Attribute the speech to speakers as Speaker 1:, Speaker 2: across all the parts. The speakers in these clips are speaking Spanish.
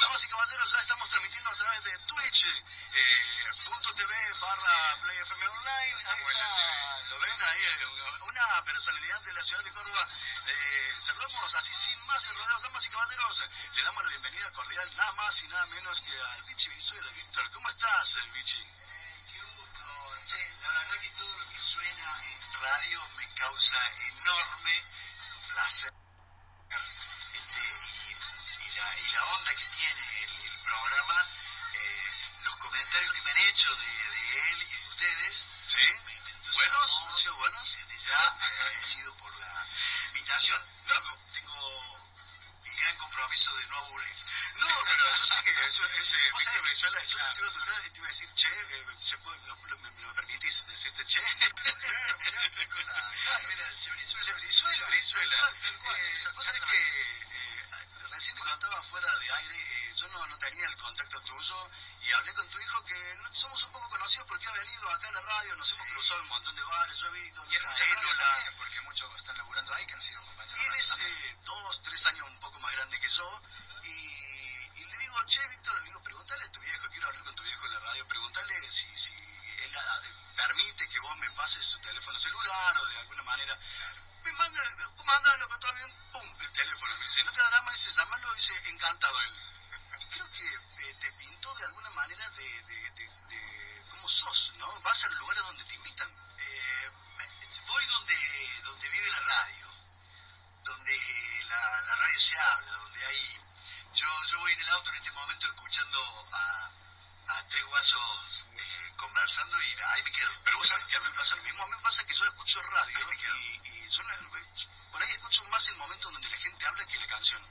Speaker 1: Damas y caballeros, ya estamos transmitiendo a través de eh, twitch.tv barra PlayFM Online. Ahí está, lo ven ahí, eh, una personalidad de la ciudad de Córdoba. Eh, saludamos así sin más rodeos, damas y caballeros. Le damos la bienvenida cordial nada más y nada menos que al Vichy Venezuela. Víctor, ¿cómo estás, el Vichy?
Speaker 2: Eh, Qué gusto, che, la verdad que todo lo que suena en radio me causa enorme placer. Este, y, y la, y la onda que tiene el, el programa, eh, los comentarios que me han hecho de, de él y de ustedes,
Speaker 1: ¿Sí?
Speaker 2: me- me entusiasmó.
Speaker 1: ¿Buenos? ¿Han sido buenos?
Speaker 2: Desde ya agradecido por la invitación. Loco, tengo el gran compromiso de no aburrir.
Speaker 1: No, pero yo sé que eso es eh,
Speaker 2: Vos sabés
Speaker 1: Víctor
Speaker 2: que-
Speaker 1: Venezuela. Yo
Speaker 2: claro.
Speaker 1: te iba a preguntar y te iba a decir, che, eh, ¿se puede, no, no, me, me permitís decirte che?
Speaker 2: con la cámara del Che Brizuela.
Speaker 1: Che Brizuela.
Speaker 2: Tal cual, tal cual,
Speaker 1: Eh,
Speaker 2: exacto,
Speaker 1: vos sabés que
Speaker 2: exactamente.
Speaker 1: eh, recién te contaba fuera de aire, eh, yo no, no tenía el contacto tuyo y hablé con tu hijo que no- somos un poco conocidos porque ha venido acá a la radio, nos hemos cruzado en un montón de bares, yo he visto
Speaker 2: Y en
Speaker 1: la
Speaker 2: muchas radios
Speaker 1: Énola.
Speaker 2: también, porque muchos están laburando ahí que han sido compañeros.
Speaker 1: Él
Speaker 2: nuestros
Speaker 1: es
Speaker 2: también.
Speaker 1: eh, dos, tres años un poco más grande que yo. Y, y le digo, che, Víctor, le digo, pregúntale a tu viejo, quiero hablar con tu viejo en la radio, pregúntale si, si él ah, permite que vos me pases su teléfono celular o de alguna manera. Me manda, ¿cómo anda, loco? ¿Todo bien? Pum, el teléfono. Me dice, no te da drama, dice, llamalo, dice, encantado él. Y creo que eh, te pintó de alguna manera de, de, de, de cómo sos, ¿no? Vas a los lugares donde te invitan.
Speaker 2: Eh, voy donde, donde vive la radio, donde eh, la, la radio se habla, donde hay... Yo, yo voy en el auto en este momento escuchando a, a tres guasos eh, conversando y ahí me quedo.
Speaker 1: Pero vos sabés que a mí me pasa lo mismo, a mí me pasa que yo escucho radio
Speaker 2: Ahí me quedo.
Speaker 1: y, y yo la- por ahí escucho más el momento donde la gente habla que la canción.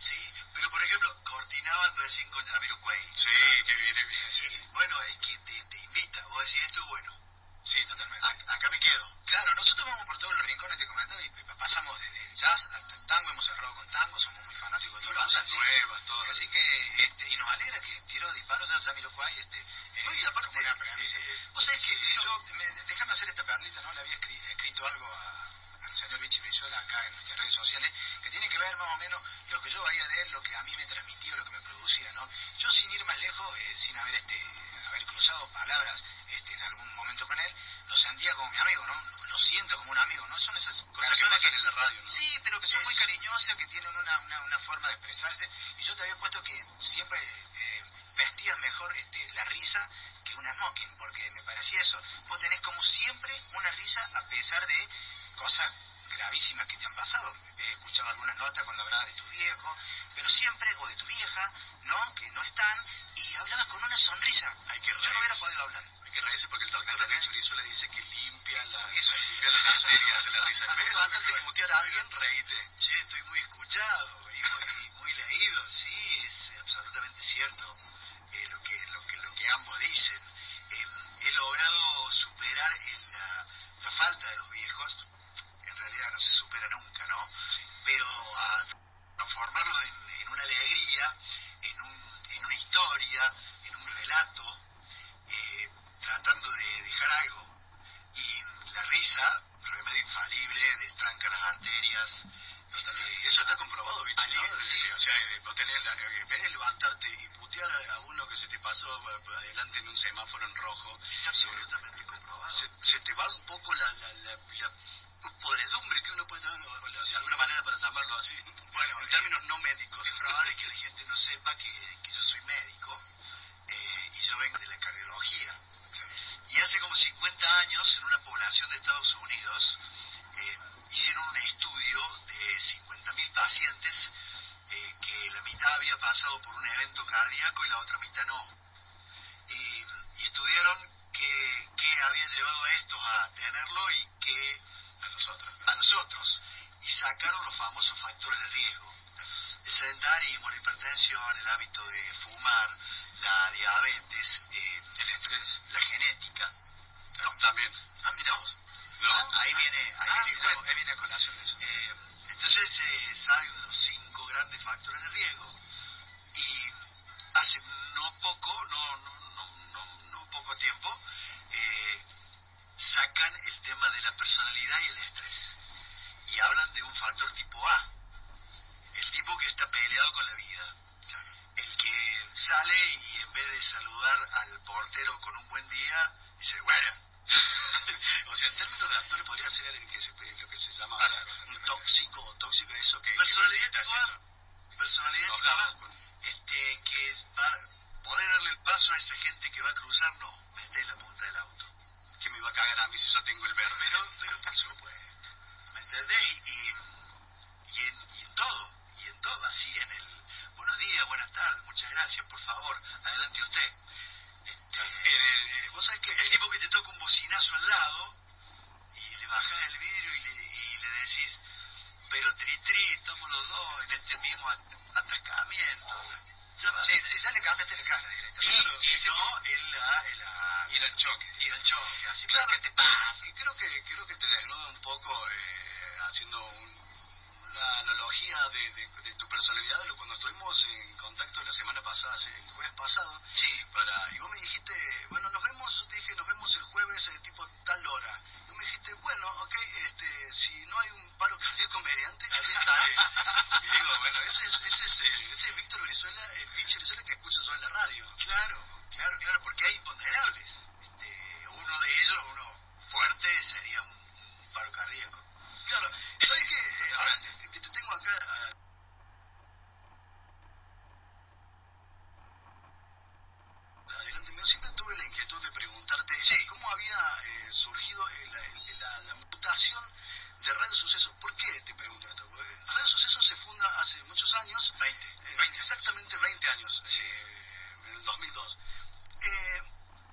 Speaker 2: Sí, pero por ejemplo, cortinaban recién con Ramiro Cuey. Ah,
Speaker 1: que viene bien.
Speaker 2: Bueno, es que te, te invita, vos decís esto es bueno.
Speaker 3: Sí, totalmente.
Speaker 2: A- acá me quedo.
Speaker 3: Claro, nosotros vamos por todos los rincones, te comentaba, y pa- pasamos desde el jazz hasta el tango, hemos cerrado con tango, somos muy fanáticos de todo lo
Speaker 1: Bandas nuevas, todo.
Speaker 3: Así que, este, y nos alegra que tiró disparos ya Jamiro Juárez, este, eh,
Speaker 1: No, y aparte,
Speaker 3: como una premisa.
Speaker 1: eh,
Speaker 3: Vos sabés que eh,
Speaker 1: no.
Speaker 3: yo, me- déjame hacer esta perlita, ¿no? Le había escri- escrito algo a- al señor Vichy Brizuela acá en nuestras redes sociales, que tiene que ver más o menos lo que yo veía de él, lo que a mí me transmitía, lo que me producía, ¿no? Yo sin ir más lejos, eh, sin haber este haber cruzado palabras este, en algún momento con él, lo sentía como mi amigo, ¿no? Lo siento como un amigo, ¿no? Son esas
Speaker 1: Cosas que
Speaker 3: canciones
Speaker 1: pasan en la radio, ¿no?
Speaker 3: Sí, pero que son muy
Speaker 1: Es-
Speaker 3: cariñosas, que tienen una, una, una forma de expresarse. Y yo te había puesto que siempre eh, vestías mejor este, la risa que una smoking, porque me parecía eso. Vos tenés como siempre una risa a pesar de cosas gravísimas que te han pasado. He escuchado algunas notas cuando hablabas de tu viejo, pero siempre, o de tu vieja, ¿no? Que no están, y hablabas con una sonrisa.
Speaker 1: Hay que
Speaker 3: Yo no hubiera
Speaker 1: reírse.
Speaker 3: podido hablar.
Speaker 1: Hay que reírse porque el doctor
Speaker 3: ¿Entendés?
Speaker 1: Luis Brizuela dice que limpia, la,
Speaker 3: Eso,
Speaker 1: limpia las arterias de la risa. En vez de
Speaker 2: Eso
Speaker 1: antes
Speaker 2: me
Speaker 1: de
Speaker 2: lo-
Speaker 1: mutear a alguien, reíte.
Speaker 2: Che, estoy muy escuchado y muy, muy leído, sí, es absolutamente cierto eh, lo, que, lo, que, lo que ambos dicen. Eh, he logrado superar el, la, la falta de los viejos, en realidad no se supera nunca, ¿no? Pero ah, a transformarlo en, en una alegría, en, un- en una historia, en un relato, eh, tratando de dejar algo. Y la risa, remedio infalible, destranca las arterias.
Speaker 1: Totalmente.
Speaker 2: este,
Speaker 1: Eso está comprobado, bicho, ¿no?
Speaker 2: alivia, sí.
Speaker 1: O sea, eh, vos tenés la- eh, en vez de levantarte y putear a uno que se te pasó eh, por adelante en un semáforo en rojo, eh,
Speaker 2: Está absolutamente comprobado.
Speaker 1: se, se te va un poco la, la, la, la podredumbre que uno puede tener, o la- de alguna manera para llamarlo así, bueno, en términos no médicos.
Speaker 2: Es probable que la gente no sepa que, que yo soy médico eh, y yo vengo de la cardiología. Y hace como 50 años, en una población de Estados Unidos, eh, hicieron un estudio de 50.000 pacientes eh, que la mitad había pasado por un evento cardíaco y la otra mitad no. Y, y estudiaron qué, qué había llevado a estos a tenerlo y qué a nosotros.
Speaker 1: Ah,
Speaker 2: A nosotros. Y sacaron los famosos factores de riesgo. El sedentarismo, la hipertensión, el hábito de fumar, la diabetes, eh,
Speaker 3: El estrés.
Speaker 2: la genética.
Speaker 1: No, también.
Speaker 3: Ah, mira vos.
Speaker 1: No.
Speaker 2: Ahí viene, ahí
Speaker 3: Ah,
Speaker 2: viene el
Speaker 3: mirá
Speaker 2: juego.
Speaker 3: vos, ahí viene a colación de eso.
Speaker 2: Eh, entonces eh, saben los cinco grandes factores de riesgo y hace no poco, no, no, no, no- no poco tiempo, eh, sacan el tema de la personalidad y el estrés y hablan de un factor tipo A, el tipo que está peleado con la vida, el que sale y en vez de saludar al portero con un buen día, dice, bueno.
Speaker 3: o sea, en términos de actores podría ser alguien que se, lo que se llama
Speaker 2: Ah,
Speaker 3: o sea,
Speaker 2: sí,
Speaker 3: un
Speaker 2: totalmente.
Speaker 3: tóxico o tóxico, eso que... que
Speaker 2: Personalidad
Speaker 3: está
Speaker 2: actuada.
Speaker 3: haciendo.
Speaker 2: personalidad que
Speaker 3: Enojado
Speaker 2: va-
Speaker 3: con-
Speaker 2: este, que va a poder darle el paso a esa gente que va a cruzar, no, mete la punta del auto.
Speaker 3: que me va a cagar a mí si yo tengo el verde.
Speaker 2: Pero, pero por supuesto, ¿me entendés? Y, y- y en, y en todo, y en todo, así, en el buenos días, buenas tardes, muchas gracias, por favor, adelante usted. Este,
Speaker 3: En el-
Speaker 2: eh, Vos sabés que el tipo que te toca un bocinazo al lado y le bajás el vidrio y le, y le decís, pero tri tri, estamos los dos en este mismo at- atascamiento. Ya va.
Speaker 1: Sí, ya le cambiaste la cara directamente.
Speaker 2: Claro, si no, en la, en la,
Speaker 3: Ir al choque.
Speaker 2: y el choque, así
Speaker 3: Claro.
Speaker 2: que te pasa.
Speaker 3: Sí, creo que, creo que te desnuda un poco eh, haciendo un- una analogía de, de- de tu personalidad de lo cuando estuvimos en contacto la semana pasada, sí, el jueves pasado.
Speaker 2: Sí,
Speaker 3: Para, y vos me dijiste, bueno, nos vemos, yo te dije, nos vemos el jueves eh, tipo tal hora. Y vos me dijiste, bueno, ok, este, si no hay un paro cardíaco mediante,
Speaker 2: Ahí
Speaker 3: aquí estaré. Y digo, bueno, ese es, ese es, eh, ese es Víctor Brizuela, el bicho Brizuela que escucho yo en la radio.
Speaker 2: Claro, claro, claro, porque hay imponderables. Este, uno de ellos, uno fuerte, sería un, un paro cardíaco.
Speaker 3: Claro, ¿sabes qué? Eh, ahora que te tengo acá Ah, a- adelante mío, siempre tuve la inquietud de preguntarte
Speaker 2: Sí.
Speaker 3: cómo había eh, surgido el- el- la, la mutación de Radio Sucesos. ¿Por qué te pregunto esto? Porque Radio Sucesos se funda hace muchos años,
Speaker 2: 20,
Speaker 3: eh,
Speaker 2: 20.
Speaker 3: exactamente 20 años,
Speaker 2: Sí.
Speaker 3: eh, en el 2002. Eh,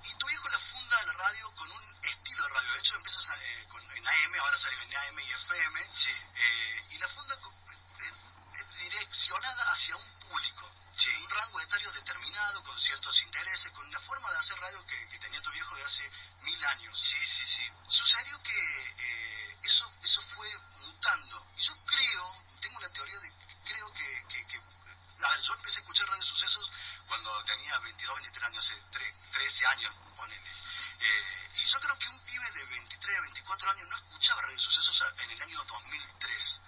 Speaker 3: y tu viejo la funda la radio con un estilo de radio. De hecho, empiezas a- eh, con, en AM, ahora sale en AM y FM.
Speaker 2: Sí.
Speaker 3: eh, y la funda co- eh, eh, direccionada hacia un público.
Speaker 2: Sí.
Speaker 3: Un rango etario determinado, con ciertos intereses, con una forma de hacer radio que, que tenía tu viejo de hace mil años.
Speaker 2: Sí, sí, sí.
Speaker 3: Sucedió que eh, eso, eso fue mutando. Y yo creo, tengo una teoría de creo que, que, que- a ver, yo empecé a escuchar Radio Sucesos cuando tenía 22, 23 años, hace tre- 13 años, ponele. Eh, y yo creo que un pibe de 23, 24 años no escuchaba Radio Sucesos a- en el año 2003.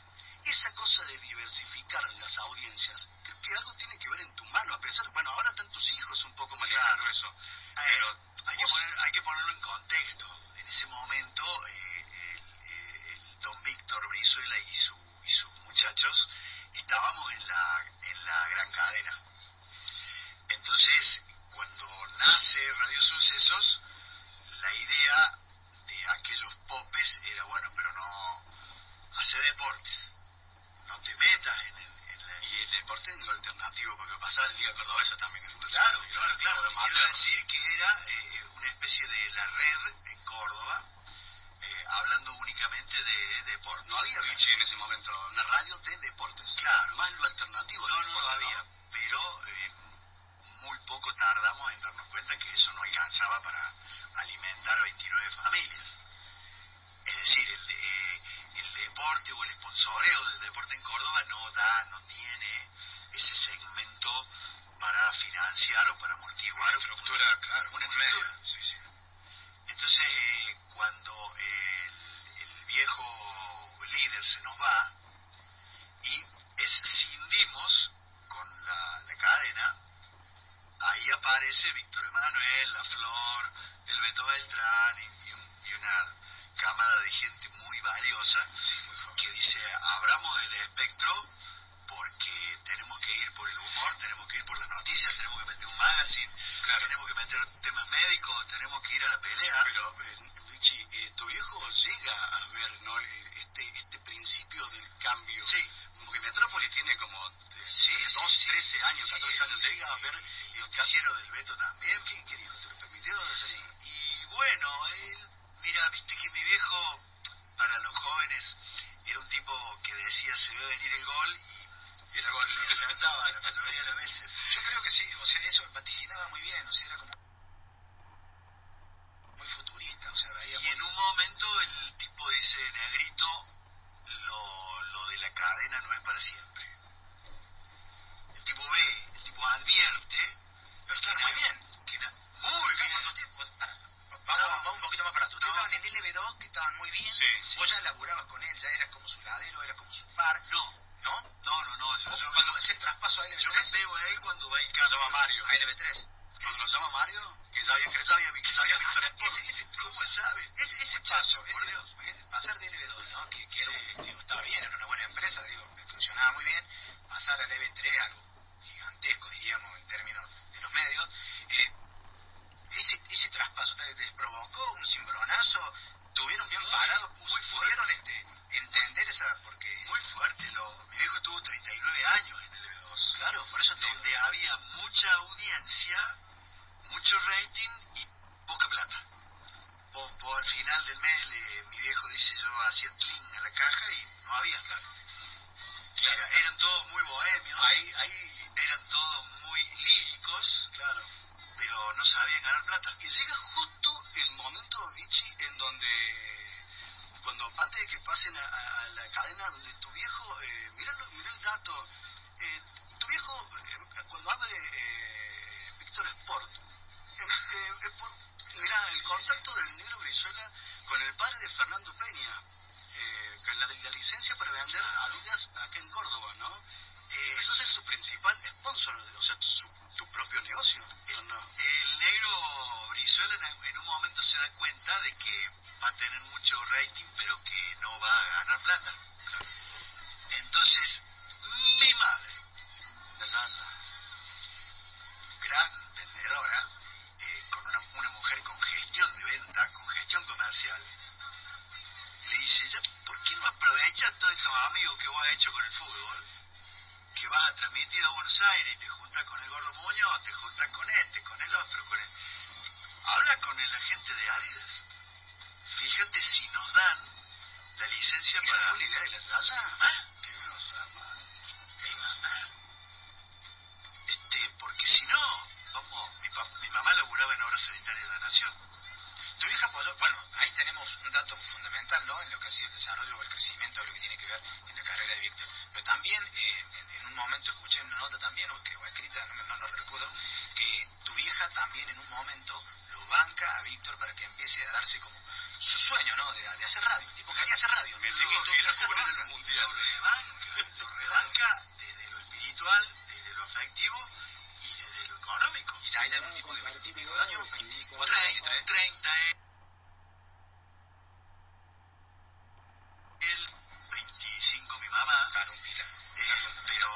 Speaker 3: Esa cosa de diversificar las audiencias, creo que algo tiene que ver en tu mano, a pesar, bueno, ahora están tus hijos un poco manejando
Speaker 2: Claro.
Speaker 3: eso,
Speaker 2: Pero
Speaker 3: pero
Speaker 2: hay que,
Speaker 3: vos-
Speaker 2: poner- hay que ponerlo en contexto. En ese momento, eh, el, eh, el don Víctor Brizuela y, su, y sus muchachos estábamos en la, en la gran cadena. Entonces, cuando nace Radio Sucesos, la idea de aquellos popes era, bueno, pero no hace deportes, no te metas en, el- en la...
Speaker 3: Y el deporte es lo alternativo, porque pasaba la Liga Cordobesa también. Es un
Speaker 2: Claro,
Speaker 3: desastre,
Speaker 2: claro,
Speaker 3: que
Speaker 2: claro.
Speaker 3: era
Speaker 2: Quiero
Speaker 3: amateur.
Speaker 2: decir que era eh, una especie de la red en Córdoba, eh, hablando únicamente de deporte.
Speaker 3: No había biche en ese momento, una radio de deportes.
Speaker 2: Claro.
Speaker 3: Más lo alternativo.
Speaker 2: No,
Speaker 3: del
Speaker 2: no,
Speaker 3: deporte,
Speaker 2: lo había, pero eh, muy poco tardamos en darnos cuenta que eso no alcanzaba para alimentar a 29 familias. Es decir, el, de- el deporte o el sponsoreo del deporte en Córdoba no da, no tiene ese segmento para financiar o para amortiguar
Speaker 3: Una
Speaker 2: un-
Speaker 3: estructura, claro.
Speaker 2: una
Speaker 3: un
Speaker 2: estructura.
Speaker 3: medio, Sí, sí.
Speaker 2: Entonces, eh, cuando el, el viejo líder se nos va y escindimos con la, la cadena, ahí aparece Víctor Emanuel, La Flor, el Beto Beltrán y, y un- y una camada de gente muy valiosa que dice, abramos el espectro porque tenemos que ir por el humor, tenemos que ir por las noticias, tenemos que meter un magazine,
Speaker 3: Claro.
Speaker 2: tenemos que meter temas médicos, tenemos que ir a la pelea.
Speaker 3: Pero, eh, Vichy, eh, tu viejo llega a ver ¿no? Eh, este, este principio del cambio.
Speaker 2: Sí.
Speaker 3: Porque Metrópolis tiene como eh,
Speaker 2: Sí,
Speaker 3: 12,
Speaker 2: sí,
Speaker 3: 13 años,
Speaker 2: sí,
Speaker 3: 14 años.
Speaker 2: sí.
Speaker 3: Llega a ver
Speaker 2: El casero del Beto también.
Speaker 3: ¿Qué, qué dijo? ¿Te lo permitió?
Speaker 2: Sí, Y bueno, él, mira, viste que mi viejo, para los jóvenes, era un tipo que decía se ve venir el gol y el gol y acertaba la mayoría de las veces.
Speaker 1: Yo creo que sí, o sea, eso vaticinaba muy bien, o sea, era como muy futurista, o sea, veía
Speaker 2: Y en
Speaker 1: muy...
Speaker 2: un momento el tipo dice, negrito, lo, lo de la cadena no es para siempre. El tipo ve, el tipo advierte.
Speaker 1: Pero claro, muy bien.
Speaker 2: que na- muy
Speaker 1: Acá
Speaker 2: bien.
Speaker 1: cuando te- vos- para, vamos, vamos un poquito más para atrás. Ustedes
Speaker 2: No.
Speaker 1: estaban en el LB2, que estaban muy bien,
Speaker 3: Sí, sí.
Speaker 1: vos ya laburabas con él, ya eras como su ladero, eras como su par,
Speaker 2: No,
Speaker 1: ¿no?
Speaker 2: no, no, no. yo-
Speaker 1: Vos
Speaker 2: yo-
Speaker 1: cuando haces el traspaso a LB3,
Speaker 2: Yo me pego a
Speaker 3: a él cuando él canta.
Speaker 2: llama Mario.
Speaker 1: A LB3.
Speaker 3: Cuando lo llama Mario,
Speaker 2: Que ya había, que ya había, que ya había visto la-
Speaker 3: ese, ese, ¿cómo sabe?
Speaker 1: Ese, ese
Speaker 3: Por
Speaker 1: paso,
Speaker 3: Dios,
Speaker 1: ese,
Speaker 3: por Dios.
Speaker 1: ese pasar de LB2, ¿no? que, que era un- digo, estaba bien, era una buena empresa, digo, funcionaba muy bien, pasar al LB3, algo gigantesco, diríamos, en términos de los medios, eh, ese, ese traspaso ¿les- les provocó un cimbronazo, tuvieron bien
Speaker 3: Muy,
Speaker 1: parado,
Speaker 3: muy
Speaker 1: muy
Speaker 3: fuerte.
Speaker 1: pudieron este, entender esa, porque...
Speaker 3: Muy fuerte, lo, mi viejo tuvo 39 años en LB2.
Speaker 1: claro, por eso te digo,
Speaker 3: donde había mucha audiencia, mucho rating y poca plata. Vos, vos al final del mes, le- mi viejo dice, yo hacía clean a la caja y no había claro.
Speaker 1: Claro.
Speaker 3: Era- eran todos muy bohemios, ahí, ahí eran todos muy líricos, claro, pero no sabían ganar plata. Y llega justo el momento, Vichy, en donde cuando antes de que pasen a, a- a la cadena donde tu viejo, eh, mirá, lo- mirá el dato, eh, tu viejo eh, cuando abre eh, Víctor Sport, eh, eh, eh, por- mirá, el contacto del negro Brizuela con el padre de Fernando Peña, eh, con la, la licencia para vender Adidas acá en Córdoba, ¿no? Eh, eso es su principal sponsor, o sea, su- tu propio negocio, ¿o no?
Speaker 2: El negro Brizuela en, en un momento se da cuenta de que va a tener mucho rating, pero que no va a ganar plata. Entonces, mi madre,
Speaker 3: La Yaya,
Speaker 2: gran vendedora, eh, con una, una mujer con gestión de venta, con gestión comercial, le dice, "Ya, ¿por qué no aprovechas todos estos amigos que vos has hecho con el fútbol? Que vas a transmitir a Buenos Aires y te juntas con el gordo Muñoz, te juntas con este, con el otro, con el... Habla con el agente de Adidas. Fíjate si nos dan la licencia
Speaker 3: ¿Esa
Speaker 2: para...
Speaker 3: fue la idea de la Yaya?
Speaker 2: ¿Ah?
Speaker 3: Qué grosa, madre.
Speaker 2: mi mamá. Este, porque si no, vamos, mi, pa- mi mamá laburaba en obras sanitarias de la nación.
Speaker 1: Tu vieja apoyó, bueno, ahí tenemos un dato fundamental, ¿no? En lo que ha sido el desarrollo o el crecimiento de lo que tiene que ver en la carrera de Víctor. Pero también, eh, en, en un momento escuché en una nota también, o, que, o escrita, no, me- no lo recuerdo, que tu vieja también en un momento lo banca a Víctor para que empiece a darse como su sueño, ¿no? De, de hacer radio, el tipo quería hacer radio.
Speaker 3: Me
Speaker 1: Tu-
Speaker 3: tengo que
Speaker 1: tu
Speaker 3: ir a
Speaker 1: vieja lo
Speaker 3: cobrar
Speaker 1: banca.
Speaker 3: el mundial.
Speaker 2: Lo rebanca, lo rebanca desde lo espiritual, desde lo afectivo y desde lo económico.
Speaker 1: Y ya ella era un tipo de 20 y pico de años, 24,
Speaker 2: 30,
Speaker 1: 23.
Speaker 2: 30 es... El 25 mi mamá,
Speaker 1: Claro, un pila.
Speaker 2: eh, pero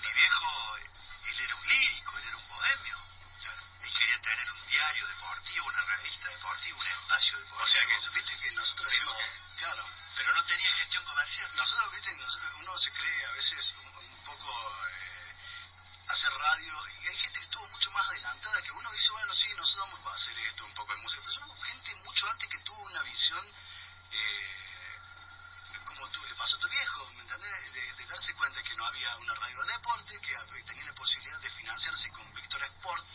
Speaker 2: mi viejo, él era un lírico, él era un bohemio. Él quería tener un diario deportivo, una revista deportiva, un espacio deportivo.
Speaker 3: O sea que eso,
Speaker 2: viste que nosotros
Speaker 3: Pero-
Speaker 2: claro, pero no tenía gestión comercial.
Speaker 3: Nosotros, viste, nosotros- uno se cree a veces un, un poco eh, hacer radio, y hay gente que estuvo mucho más adelantada que uno dice, bueno, sí, nosotros vamos a hacer esto, un poco de música, pero somos gente mucho antes que tuvo una visión, eh, como tú, le pasó a tu viejo, ¿me entendés? De, de darse cuenta que no había una radio de deporte, que hab- tenía la posibilidad de financiarse con Victoria Sport,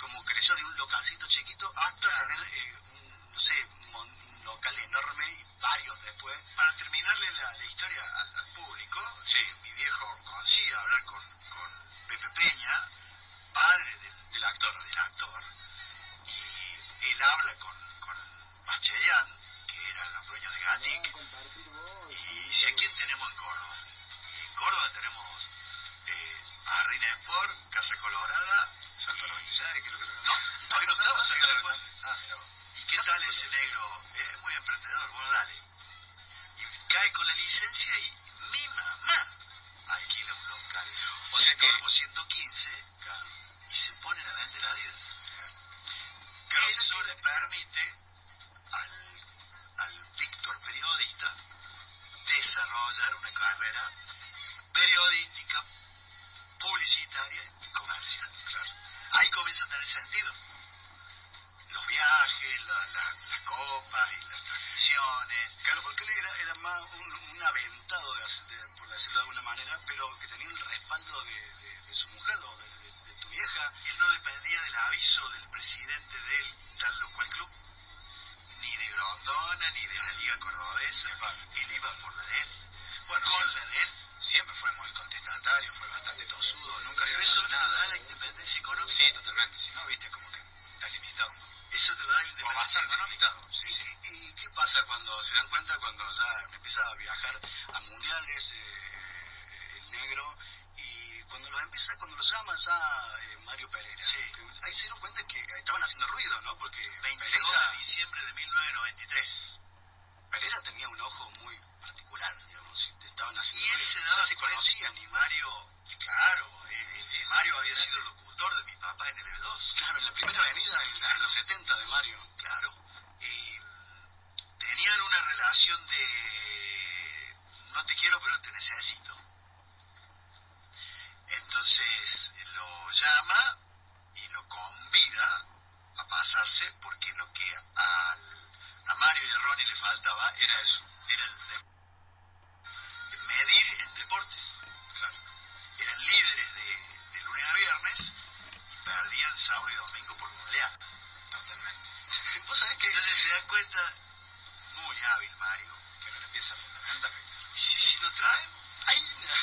Speaker 3: como creció de un localcito chiquito hasta tener, eh, un, no sé, un mon- un local enorme y varios después.
Speaker 2: Para terminarle la, la historia al, al público, eh, mi viejo consigue hablar con, con Pepe Peña, padre de- del actor, del actor, y él habla con, con Bachellán, que era los dueños de Gatic, y dice, ¿a quién tenemos en Córdoba? Y en Córdoba tenemos eh, a Rina Sport, Casa Colorada,
Speaker 1: Salto 96, creo que lo
Speaker 2: no, todavía no estaba, todavía no estaba.
Speaker 1: Ah, mira vos.
Speaker 2: ¿Y qué tal ese negro? Es muy emprendedor, bueno, dale. Y cae con la licencia y mi mamá alquila un local.
Speaker 1: O sea que-
Speaker 2: Normo 115 y se ponen a vender Adidas.
Speaker 1: Claro.
Speaker 2: Eso le permite al, al Víctor periodista desarrollar una carrera periodística, publicitaria y comercial. Ahí comienza a tener sentido los viajes, la- la- las copas y las transmisiones.
Speaker 3: Claro, porque él era, era más un, un aventado, de hace- de- por decirlo de alguna manera, pero que tenía el respaldo de, de- de su mujer o de, de- de tu vieja.
Speaker 2: Él no dependía del aviso del presidente del tal o cual club, ni de Grondona, ni de la Liga Cordobesa. Él iba por la de él,
Speaker 1: Bueno,
Speaker 2: con la de él.
Speaker 1: siempre fue muy contestatario, fue bastante tosudo, nunca se
Speaker 2: Pero eso
Speaker 1: hizo
Speaker 2: no te da la
Speaker 1: nada.
Speaker 2: independencia económica.
Speaker 1: Sí, totalmente, si no, viste, como que está limitado.
Speaker 2: Eso te lo da la
Speaker 1: O
Speaker 2: independencia
Speaker 1: bastante
Speaker 2: económica.
Speaker 1: limitado, sí, sí.
Speaker 3: ¿Y, y qué pasa cuando se dan cuenta cuando
Speaker 2: eh,
Speaker 3: ya empieza a viajar a mundiales eh, el negro? Y cuando escucharlos. Empieza cuando los llama ya eh, Mario Pereira.
Speaker 2: Sí.
Speaker 3: Ahí se dieron cuenta que estaban haciendo ruido, ¿no? Porque
Speaker 2: 22
Speaker 3: Pereira,
Speaker 2: de diciembre de 1993.
Speaker 3: Pereira tenía un ojo muy particular, digamos, y estaban haciendo
Speaker 2: Y él
Speaker 3: ruido.
Speaker 2: se daba
Speaker 3: Ya se
Speaker 2: cuenta.
Speaker 3: conocían y Mario,
Speaker 2: Claro, eh,
Speaker 3: Sí, sí.
Speaker 2: Mario había sido locutor de mi papá en el E 2
Speaker 3: claro, en la primera avenida en, en los 70 de Mario.
Speaker 2: Claro. Y tenían una relación de no te quiero pero te necesito. Entonces lo llama y lo convida a pasarse porque lo que al- a Mario y a Ronnie le faltaba era eso, era el de- medir en deportes. Eran líderes de, de lunes a viernes y perdían sábado y domingo por golear.
Speaker 1: Totalmente.
Speaker 2: Vos sabés que entonces se dan cuenta, muy hábil Mario,
Speaker 1: Que era una pieza fundamental.
Speaker 2: y si, si lo traen,
Speaker 3: Hay una,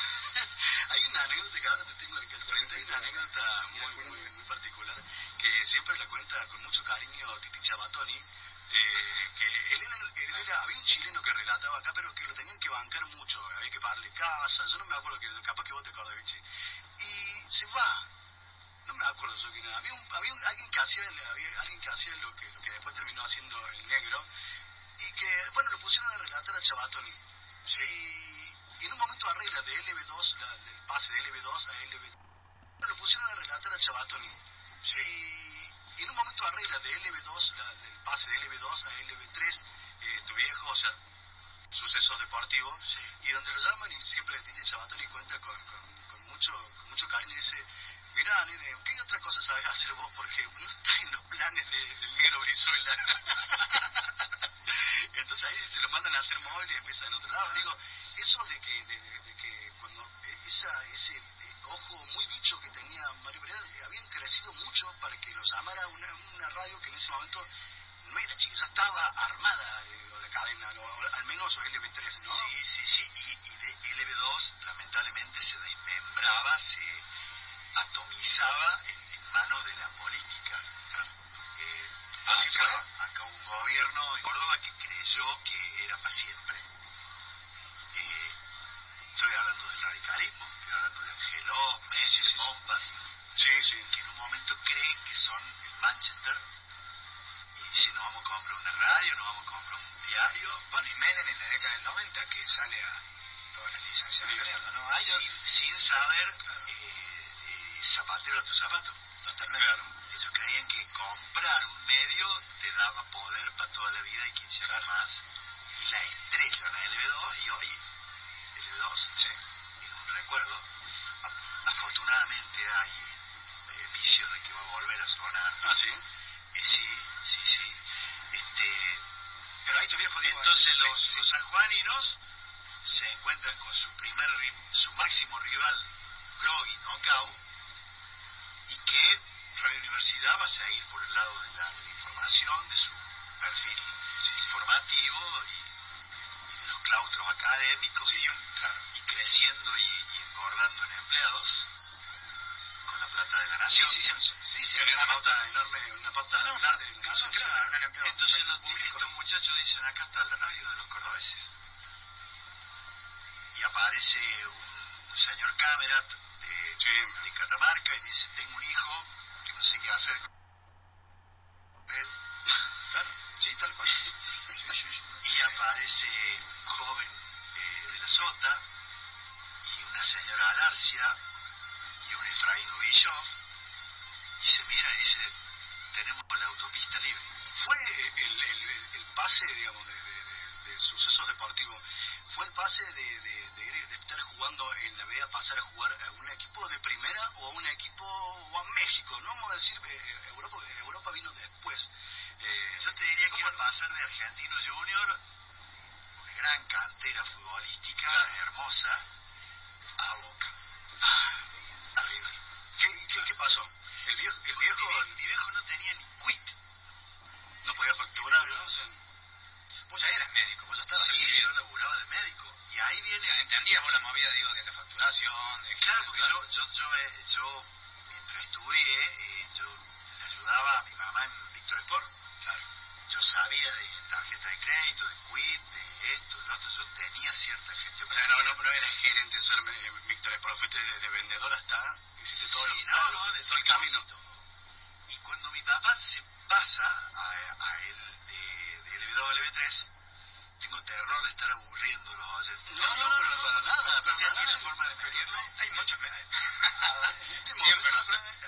Speaker 3: hay una anécdota que ahora te tengo aquí al frente, hay una anécdota muy, muy, muy particular que siempre la cuenta con mucho cariño Titi Chabatoni, eh, que él era, él era- había un chileno que relataba acá, pero que lo tenían que bancar mucho, había que pagarle casa, yo no me acuerdo, que capaz que vos te acordás, Vichy. Y se va, no me acuerdo yo quién era. Había, un- había un- alguien que hacía, había alguien que hacía lo, que, lo que después terminó haciendo el negro y que, bueno, lo pusieron a relatar a Chabatoni. Y, y en un momento arregla de LB2, la, del pase de LB2 a LB2. Bueno, lo pusieron a relatar a Chabatoni. Y, y en un momento arregla de LB2, la, del pase de LB2 a LB3, eh, tu viejo, o sea, sucesos deportivos y donde lo llaman y siempre le tienen Sabatoni cuenta con, con- con mucho con mucho cariño y dice mirá nene ¿qué otra cosa sabes hacer vos? porque no está en los planes de- del negro Brizuela entonces ahí se lo mandan a hacer móvil y empiezan en otro lado digo eso de que de, de- de que cuando eh, esa, ese eh, ojo muy bicho que tenía Mario Pereira eh, habían crecido mucho para que lo llamara una, una radio que en ese momento no era chica, ya estaba armada eh, o la cadena, ¿no? O al menos o LB3, ¿no?
Speaker 2: sí, sí, sí, y, y de LB2 lamentablemente se desmembraba, se atomizaba en, en manos de la política. Eh,
Speaker 3: Así
Speaker 2: acá, acá un gobierno en Córdoba que creyó que era para siempre. Eh, estoy hablando del radicalismo, estoy hablando de Angeló, Messi, Bombas,
Speaker 3: Sí, sí.
Speaker 2: que en un momento creen que son el Manchester y dicen nos vamos a comprar una radio, nos vamos a comprar un diario.
Speaker 1: Bueno, y Menem en la década del 90 que sale a todas las licencias de mierda, ¿no? Hay
Speaker 2: sin, sin saber
Speaker 1: Claro.
Speaker 2: eh, eh, zapatero a tu zapato.
Speaker 1: Totalmente.
Speaker 2: Ellos creían que comprar un medio te daba poder para toda la vida y quinceañar más. Y la estrella en la LB2 y hoy LB2
Speaker 1: Sí.
Speaker 2: es un recuerdo. A- Afortunadamente hay eh, vicio de que va a volver a sonar.
Speaker 3: Ah, sí.
Speaker 2: Eh, sí, sí, sí. Este,
Speaker 1: Pero ahí tu viejo dijo,
Speaker 2: entonces
Speaker 1: ahí,
Speaker 2: los,
Speaker 1: sí,
Speaker 2: los sanjuaninos se encuentran con su primer ri- su máximo rival, Grogui Nocao, y que Radio Universidad va a seguir por el lado de la, de la información, de su perfil informativo y, y de los claustros académicos y, y creciendo y, y engordando en empleados con la plata de la
Speaker 1: sí,
Speaker 2: nación.
Speaker 1: sí, sí, sí, sí, sí,
Speaker 3: Tenía una
Speaker 1: claro.
Speaker 3: pauta enorme, una pauta
Speaker 1: No, no,
Speaker 3: grande en la
Speaker 1: no,
Speaker 3: nación.
Speaker 1: claro, era un empleo
Speaker 2: Entonces los,
Speaker 1: público.
Speaker 2: estos muchachos dicen, acá está la radio de los cordobeses. Y aparece un, un señor Camerat de,
Speaker 3: Sí.
Speaker 2: de Catamarca y dice, tengo un hijo que no sé qué hacer con él.
Speaker 1: Claro, sí, tal cual. Sí, sí, sí.
Speaker 2: Y aparece un joven eh, de la Sota y una señora Alarcia y un Efraín Ubillov y se miran y dice, tenemos la autopista libre.
Speaker 3: Fue el, el, el- el pase, digamos, de, de- de- de sucesos deportivos. Fue el pase de, de- de ir- de estar jugando en la B a pasar a jugar a un equipo de primera o a un equipo o a México. No vamos a decir eh, Europa, Europa vino después. Eh,
Speaker 2: Yo te diría que
Speaker 3: ¿cómo
Speaker 2: iba a pasar de Argentino Junior, una gran cantera futbolística, hermosa, a Boca. A River.
Speaker 3: ¿Qué, qué, qué pasó? Ah, El viejo, el
Speaker 2: Mi viejo,
Speaker 3: viejo
Speaker 2: mi viejo no tenía ni quit.
Speaker 3: no podía facturar, ¿no?
Speaker 1: Vos ya eras médico, vos ya estabas.
Speaker 2: Sí,
Speaker 1: recibido.
Speaker 2: yo laburaba de médico. Y ahí
Speaker 1: O sea,
Speaker 2: viene...
Speaker 1: entendías vos la movida, digo, de la facturación, de...
Speaker 2: Claro, porque yo, yo, yo, eh, yo, mientras estudié, eh, yo le ayudaba a mi mamá en Víctor Sport.
Speaker 1: Claro.
Speaker 2: Yo sabía de tarjeta de crédito, de quit, de esto, de lo otro. Yo tenía cierta gestión.
Speaker 3: eh, O sea, no, no, no eres gerente, solo me- Víctor, es fuiste de, de vendedor hasta hiciste todo,
Speaker 2: Sí,
Speaker 3: el,
Speaker 2: no,
Speaker 3: todo el-
Speaker 2: no, de
Speaker 3: todo el camino.
Speaker 2: Y cuando mi papá se pasa a, a el de, del W3, tengo terror de estar aburriendo a los oyentes.
Speaker 3: No, no, pero para nada, para
Speaker 2: Tiene
Speaker 3: nada.
Speaker 2: su forma de pedirlo.
Speaker 1: Hay muchos.
Speaker 2: Siempre
Speaker 1: siempre, nos,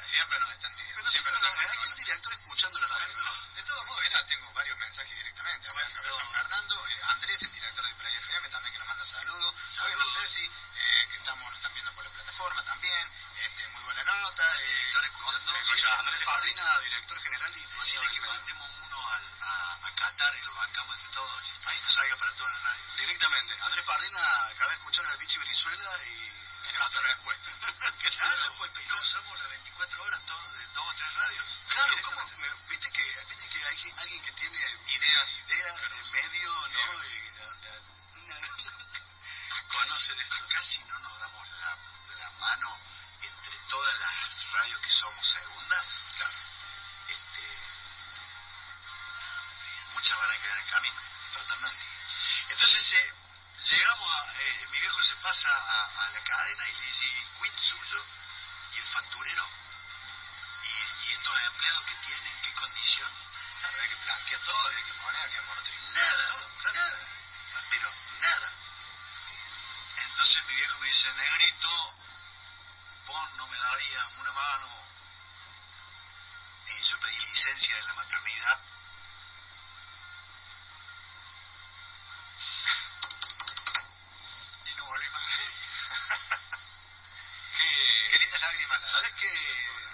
Speaker 1: siempre nos están pidiendo.
Speaker 2: este eh, Pero siempre
Speaker 1: siempre nos
Speaker 2: hay
Speaker 1: están pidiendo.
Speaker 2: un director escuchando la radio, ¿no?
Speaker 1: De todos modos, mira, tengo varios mensajes directamente. Acá en Cabezón Fernando, eh, Andrés, el director de Play FM, también que nos manda saludos. Bueno,
Speaker 2: Saludos.
Speaker 1: Ceci, eh, que estamos, nos están viendo por la plataforma también. Este, muy buena nota. eh,
Speaker 2: Director escuchando.
Speaker 1: Andrés,
Speaker 2: Sí,
Speaker 1: escucha,
Speaker 2: Andrés
Speaker 1: Andrés
Speaker 2: Padrina, director general, y
Speaker 1: Sí,
Speaker 2: decirle
Speaker 1: bueno,
Speaker 2: que
Speaker 1: bueno.
Speaker 2: mandemos uno al, a, a Qatar y lo bancamos entre todos. Ahí nos salga para todas las radios.
Speaker 3: Directamente. Andrés Pardina acaba de escuchar al bichi Brizuela y...
Speaker 1: Tenemos otra respuesta.
Speaker 2: Que
Speaker 3: Claro,
Speaker 2: claro, y lo usamos las 24 horas, todo- de dos o tres radios.
Speaker 3: Claro, ¿cómo?
Speaker 2: Directamente.
Speaker 3: Me- Viste que, viste que hay que- alguien que tiene
Speaker 1: Ideas.
Speaker 3: ideas de medio, ¿no? Y la- la-
Speaker 2: Conoce de esto. Casi no nos damos la, la mano entre todas las radios que somos segundas. Claro. Este, muchas van a quedar en camino.
Speaker 1: Totalmente.
Speaker 2: Entonces, eh, llegamos a. eh, mi viejo se pasa a, a la cadena y le dice: "¿Y quit suyo y el facturero. Y, y estos empleados que tienen, ¿qué condición?
Speaker 1: La verdad que blanquea todo, hay que poner, que monotributo.
Speaker 2: Nada, nada, pero nada. Entonces mi viejo me dice, negrito, vos no me darías una mano. Y yo pedí licencia de la maternidad.
Speaker 1: Y no volví más. qué, qué lindas lágrimas. las-
Speaker 3: ¿Sabes qué?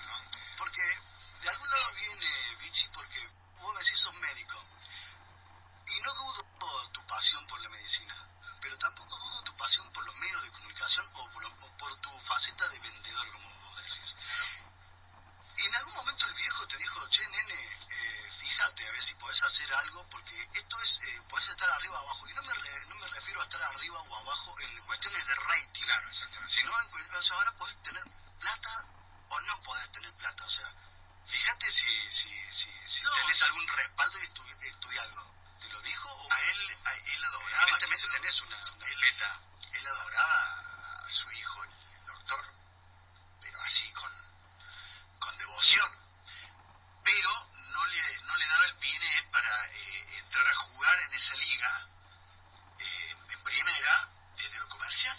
Speaker 1: ¿no?
Speaker 3: Porque de algún lado viene Vichy porque vos me decís sos médico. Y no dudo tu pasión por la medicina, pero tampoco dudo tu pasión por los medios de comunicación o por, o por tu faceta de vendedor, como vos decís. Y en algún momento el viejo te dijo, che, nene, eh, fíjate a ver si podés hacer algo, porque esto es, eh, podés estar arriba o abajo. Y no me, re- no me refiero a estar arriba o abajo en cuestiones de rating.
Speaker 1: Claro, exactamente.
Speaker 3: Si no, en cu- o sea, ahora podés tener plata o no podés tener plata. O sea, fíjate si, si, si, si
Speaker 2: No.
Speaker 3: tenés algún respaldo y estu- estudiarlo. ¿Te lo dijo? O
Speaker 2: A él, a él adoraba.
Speaker 3: Evidentemente
Speaker 2: que se lo-
Speaker 3: este tenés una, una
Speaker 2: Elena, él adoraba a su hijo, el doctor, pero así con, con devoción. Pero no le, no le daba el pine para eh, entrar a jugar en esa liga, eh, en primera, desde lo comercial,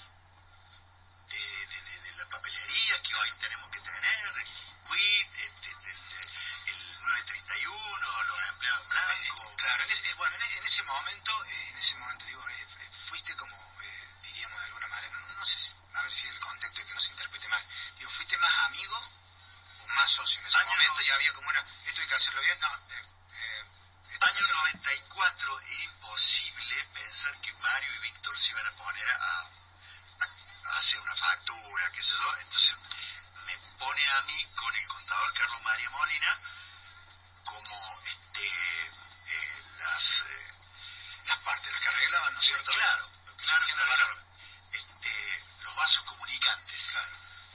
Speaker 2: de, de- de- de la papelería que hoy tenemos que tener, el quit, este, este, este, el 931, los empleados blancos.
Speaker 1: Claro, en ese, bueno, en, e- en ese momento, eh, en ese momento digo, eh, eh, fuiste como, eh, diríamos de alguna manera, no, no sé, si- a ver si el contexto es que no se interprete mal, digo, fuiste más amigo o más socio en ese
Speaker 2: Año
Speaker 1: momento
Speaker 2: no-
Speaker 1: y había como una, esto hay que hacerlo bien, no, eh, eh, esto hay que
Speaker 2: Año
Speaker 1: hacerlo bien.
Speaker 2: 94 era imposible pensar que Mario y Víctor se iban a poner a, a hacer una factura, qué sé yo. Entonces me pone a mí con el contador Carlos María Molina como este, eh, las, eh,
Speaker 1: las partes, las que arreglaban, ¿no es cierto?
Speaker 2: Claro,
Speaker 1: Lo que
Speaker 2: claro,
Speaker 1: surgía en la
Speaker 2: claro,
Speaker 1: palabra.
Speaker 2: Este, los vasos comunicantes.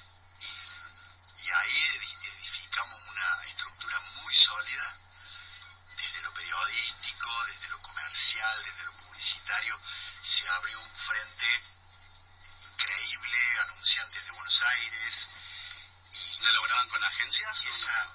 Speaker 2: Y, y ahí edi- edificamos una estructura muy sólida, desde lo periodístico, desde lo comercial, desde lo publicitario, se abrió un frente increíble, anunciantes de Buenos Aires, y
Speaker 3: ¿Se lograban con agencias?
Speaker 2: y esa-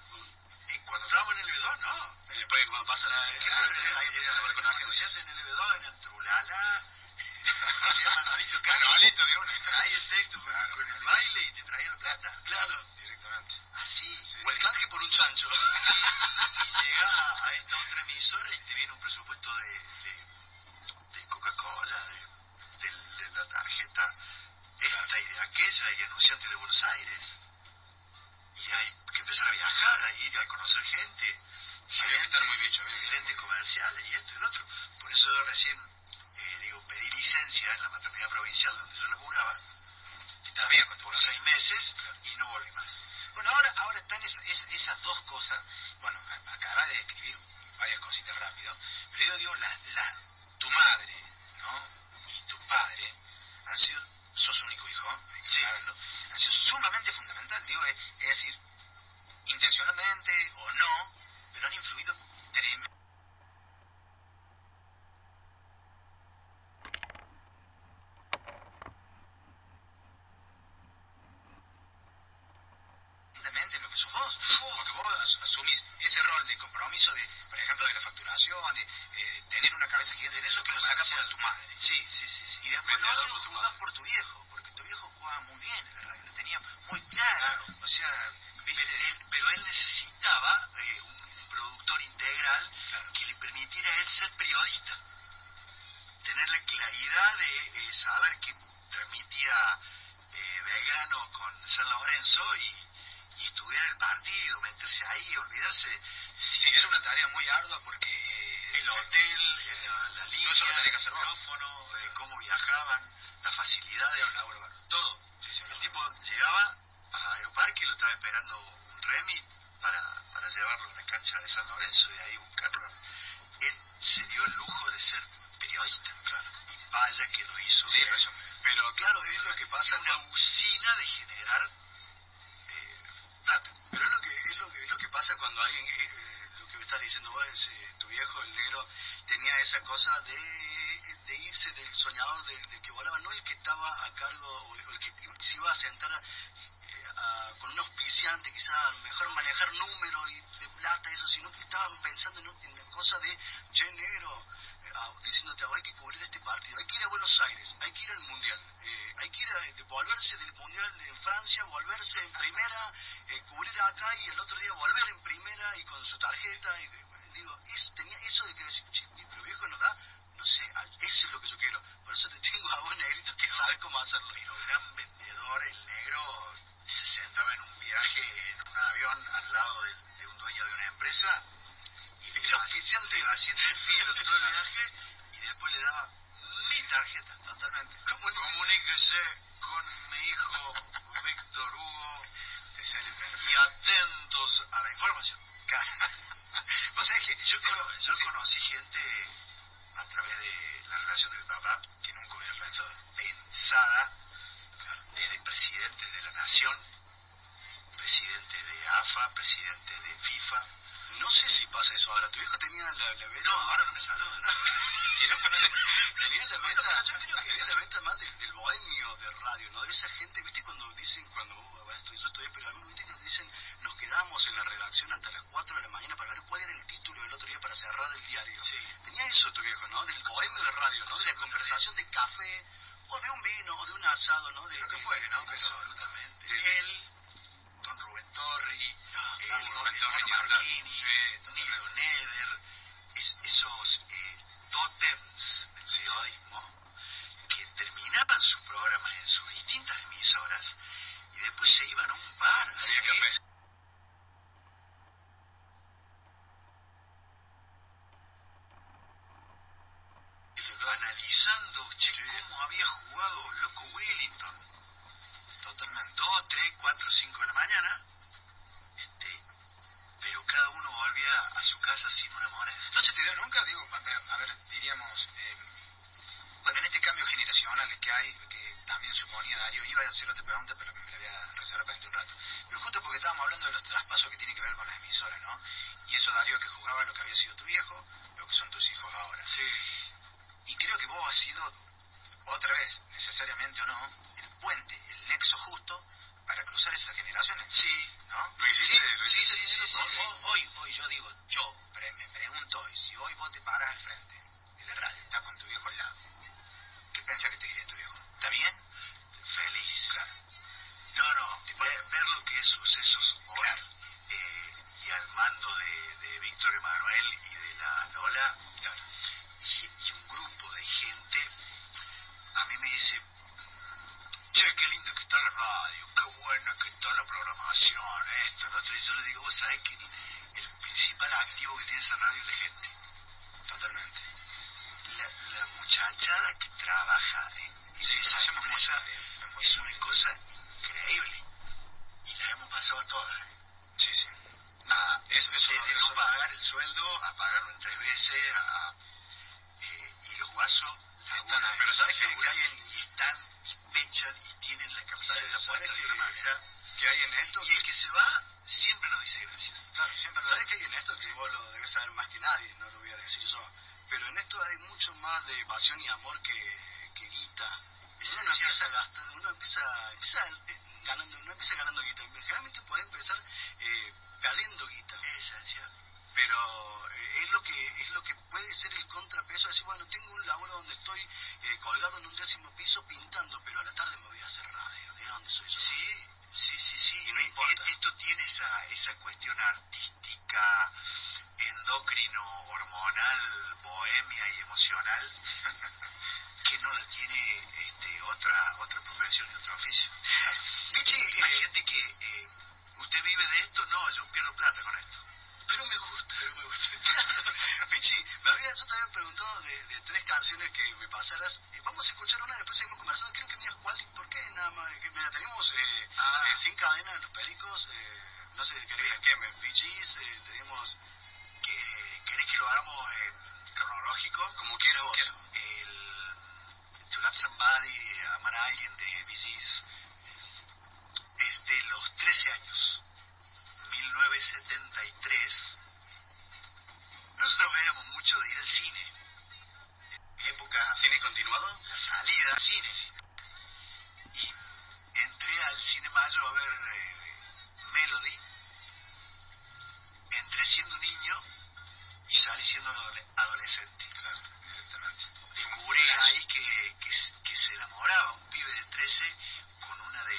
Speaker 2: eh, cuando estábamos en el B2, no,
Speaker 3: Eh, porque cuando pasa la...
Speaker 2: Claro,
Speaker 3: ahí
Speaker 2: ahí
Speaker 3: empieza a
Speaker 2: a
Speaker 3: hablar con
Speaker 2: con agencias
Speaker 3: agencias.
Speaker 2: en el B2, en Trulala, se llama Manolito Cano.
Speaker 1: Manolito de una.
Speaker 2: Trae el texto con,
Speaker 1: Claro,
Speaker 2: con el
Speaker 1: Manolito.
Speaker 2: baile y te traía la plata.
Speaker 3: Claro.
Speaker 1: Directamente.
Speaker 2: Así.
Speaker 3: O el canje por un chancho.
Speaker 2: Y, y llegás a esta otra emisora y te viene un presupuesto de, de, de Coca-Cola, de, de- de la tarjeta esta y de aquella y anunciantes de Buenos Aires. Y hay que empezar a viajar, a ir a conocer gente.
Speaker 1: Había que estar muy bicho, había que estar
Speaker 2: gerentes comerciales y esto y lo otro. Por eso yo recién, eh, digo, pedí licencia en la maternidad provincial donde yo laburaba
Speaker 1: Y todavía con tu
Speaker 2: por
Speaker 1: papá.
Speaker 2: seis meses y no volví más.
Speaker 1: Bueno, ahora, ahora están es- es- esas dos cosas. Bueno, a- acabas de describir varias cositas rápido, pero yo digo, la, la- tu madre ¿no? y tu padre han sido, sos único hijo, hay que
Speaker 2: Sí.
Speaker 1: saberlo, han sido sumamente fundamental. Digo, es, es decir, intencionalmente o no, pero han influido tremendamente. Porque vos asumís ese rol de compromiso, de, por ejemplo, de la facturación, de eh, tener una cabeza gigante, eso que lo sacas por tu madre.
Speaker 2: Sí, sí, sí. sí.
Speaker 1: Y después lo
Speaker 2: Vendedor
Speaker 1: otro
Speaker 2: por tu
Speaker 1: jugás
Speaker 2: madre.
Speaker 1: por tu viejo, porque tu viejo jugaba muy bien en la radio, lo tenía muy claro. O sea,
Speaker 2: Pero
Speaker 1: viste, eh,
Speaker 2: él, pero él necesitaba eh, un productor integral
Speaker 1: Claro.
Speaker 2: que le permitiera a él ser periodista. Tener la claridad de eh, saber que transmitía eh, Belgrano con San Lorenzo y, y estudiar el partido, meterse ahí, olvidarse
Speaker 1: sí, era una tarea muy ardua porque... eh,
Speaker 2: el hotel, eh, la, la línea,
Speaker 1: eso lo tenés que hacer
Speaker 2: el
Speaker 1: vos.
Speaker 2: micrófono, eh, cómo viajaban, las facilidades,
Speaker 1: Era una obra bárbara.
Speaker 2: todo.
Speaker 1: Sí, sí,
Speaker 2: El tipo llegaba a Aeroparque y lo estaba esperando un remi para, para llevarlo a la cancha de San Lorenzo y de ahí buscarlo. Él se dio el lujo de ser periodista. Y vaya que lo hizo.
Speaker 1: Sí,
Speaker 2: bien.
Speaker 1: lo hizo muy
Speaker 2: Pero claro, es lo que pasa en la usina de generar eh, plata.
Speaker 3: Pero es lo que es lo que, es lo que pasa cuando alguien, eh, lo que me estás diciendo vos, es, eh, tu viejo, el negro, tenía esa cosa de, de irse del soñador, del, del que volaba, no el que estaba a cargo o el o el que se iba a sentar a- eh, a- con un auspiciante, quizás mejor manejar números y de plata, eso, sino que estaban pensando en, en la cosa de, che, negro, eh, ah, diciéndote, "Ah, hay que cubrir este partido, hay que ir a Buenos Aires, hay que ir al Mundial, eh, hay que ir a, eh, volverse del Mundial en Francia, volverse en primera, eh, cubrir acá y el otro día volver en primera y con su tarjeta. Y, eh, digo, es- tenía eso de que decir, che, pero viejo nos da, no sé, a- eso es lo que yo quiero. Por eso te tengo a vos, negrito, que sabes cómo hacerlo.
Speaker 2: Pero gran vendedor, el negro, se sentaba en un viaje, en un avión, al lado de, de un dueño de una empresa, y le
Speaker 3: El
Speaker 2: iba,
Speaker 3: oficial
Speaker 2: le iba haciendo el filo todo el viaje, y después le daba mi tarjeta.
Speaker 1: Totalmente.
Speaker 2: Comuníquese con mi hijo Víctor Hugo, y atentos a la información.
Speaker 1: O sea, es que
Speaker 2: Yo,
Speaker 1: tengo-
Speaker 2: cono- yo
Speaker 1: sí.
Speaker 2: conocí gente a través de la relación de mi papá que nunca hubiera pensado pensada desde presidente de la nación, presidente de AFA, presidente de FIFA.
Speaker 3: No sé si pasa eso ahora. Tu viejo tenía la, la
Speaker 2: No,
Speaker 3: venta.
Speaker 2: ahora no me saludan.
Speaker 1: Quiero poner-
Speaker 3: Tenía la
Speaker 2: Bueno,
Speaker 3: venta,
Speaker 2: pero yo creo que-
Speaker 3: tenía la venta más del, del bohemio de radio, ¿no? De esa gente, ¿viste? Cuando dicen, cuando oh, bueno, estoy- yo estoy pero a mí, ¿viste? Que dicen, nos quedamos en la redacción hasta las 4 de la mañana para ver cuál era el título del otro día para cerrar el diario.
Speaker 2: Sí.
Speaker 3: Tenía eso tu viejo, ¿no? Del bohemio de radio, ¿no? De la conversación de café, o de un vino, o de un asado, ¿no? De
Speaker 2: lo que fuere, ¿no?
Speaker 3: de-
Speaker 2: Pero absolutamente.
Speaker 3: de-
Speaker 2: Él, don Rubén Torri, eh,
Speaker 1: Ah, claro,
Speaker 2: el
Speaker 1: Rubén Torri, ni
Speaker 2: hermano
Speaker 1: hablar.
Speaker 2: Martini,
Speaker 1: Sí, totalmente.
Speaker 2: Nilo Neder, es- esos eh, tótems del periodismo que terminaban sus programas en sus distintas emisoras y después se iban a un bar. a
Speaker 1: Había que
Speaker 2: seguir
Speaker 1: pensar.
Speaker 2: analizando, che, cómo había jugado Loco Wellington. Totalmente. 2, 3, 4, 5 de la mañana. Este, pero cada uno volvía a su casa sin una moneda.
Speaker 1: No se te dio nunca, digo, a ver, a ver, diríamos, eh, bueno, en este cambio generacional que hay, que también suponía Darío, iba a hacer otra pregunta, pero me la voy a reservar para dentro de un rato. Pero justo porque estábamos hablando de los traspasos que tienen que ver con las emisoras, ¿no? Y eso Darío que jugaba lo que había sido tu viejo, lo que son tus hijos ahora. Y creo que vos has sido, otra vez, necesariamente o no, el puente, el nexo justo para cruzar esas generaciones.
Speaker 2: Sí,
Speaker 1: ¿no?
Speaker 2: Lo hiciste, lo hiciste,
Speaker 1: sí, sí,
Speaker 2: lo
Speaker 1: sí,
Speaker 2: hiciste.
Speaker 1: sí. Hoy, hoy yo digo, yo pre- me pregunto hoy, si hoy vos te parás al frente de la radio, estás con tu viejo al lado, ¿qué pensás que te diría tu viejo? ¿Está bien?
Speaker 2: feliz. No, no, ver, ver lo que es sucesos hoy
Speaker 1: Claro.
Speaker 2: eh, y al mando de, de Víctor Emanuel y de la Lola y, y un grupo de gente, a mí me dice, che, qué linda que está la radio, qué buena que está la programación, esto, lo otro. Y yo le digo, vos sabés que el principal activo que tiene esa radio es la gente.
Speaker 1: Totalmente.
Speaker 2: La, la muchachada que trabaja en esa
Speaker 1: hacemos
Speaker 2: empresa
Speaker 1: mucho bien, hacemos
Speaker 2: es
Speaker 1: mucho
Speaker 2: una
Speaker 1: bien.
Speaker 2: cosa increíble. Y la hemos pasado todas.
Speaker 1: Sí, sí.
Speaker 2: A-
Speaker 1: Eso- eso
Speaker 2: desde
Speaker 1: no- eso
Speaker 2: no
Speaker 1: no.
Speaker 2: pagar el sueldo a pagarlo en tres veces. a- eh, y los guasos
Speaker 1: Están ahí.
Speaker 2: Pero sabes que
Speaker 1: Laburan.
Speaker 2: alguien y están y pechan y tienen la camiseta
Speaker 3: ¿Sabes-
Speaker 2: puesta
Speaker 3: sabes
Speaker 2: de
Speaker 3: que-
Speaker 2: una manera.
Speaker 3: que hay en esto?
Speaker 2: Y el que se va siempre nos dice gracias.
Speaker 1: Claro, siempre lo
Speaker 3: ¿Sabes que hay en esto? Que vos lo debes saber más que nadie, no lo voy a decir yo. Pero en esto hay mucho más de pasión y amor que, que guita. Uno empieza, gastando, uno empieza, empieza, eh, ganando, uno empieza ganando guita. eh, Generalmente puede empezar eh, ser el contrapeso, decir, bueno, tengo un laburo donde estoy eh, colgado en un décimo piso pintando, pero a la tarde me voy a hacer radio. ¿De dónde soy yo?
Speaker 2: Sí, sí, sí, sí. E-,
Speaker 3: Y no importa.
Speaker 2: Esto tiene esa, esa cuestión artística, endocrino, hormonal, bohemia y emocional que no la tiene este, otra otra profesión y otro oficio.
Speaker 3: Vichy, eh,
Speaker 2: Hay gente que, eh, ¿usted vive de esto? No, yo pierdo plata con esto.
Speaker 3: Pero me gusta, pero me gusta. Vichy, me había, yo te había preguntado de, de tres canciones que me pasaras. Eh, Vamos a escuchar una, después seguimos conversando. Creo que me digas cuál y por qué, nada más. Que, mira, tenemos eh,
Speaker 2: Ah.
Speaker 3: eh, Sin Cadena de los Pericos, eh, no sé si querés que me Vichy's, eh, tenemos...
Speaker 2: que ¿Querés que lo hagamos eh, cronológico?
Speaker 3: Como quieras vos.
Speaker 2: El To Love Somebody, eh, Amar a Alguien de Bee Gees, es de los 13 años, 1973. Nosotros éramos mucho de ir al cine. En mi época,
Speaker 3: ¿Cine continuado?
Speaker 2: la salida al cine. Y entré al cine mayo a ver eh, Melody. Entré siendo niño y salí siendo adole- adolescente.
Speaker 1: Claro, directamente.
Speaker 2: Descubrí ahí que, que s- que se enamoraba un pibe de 13 con una de,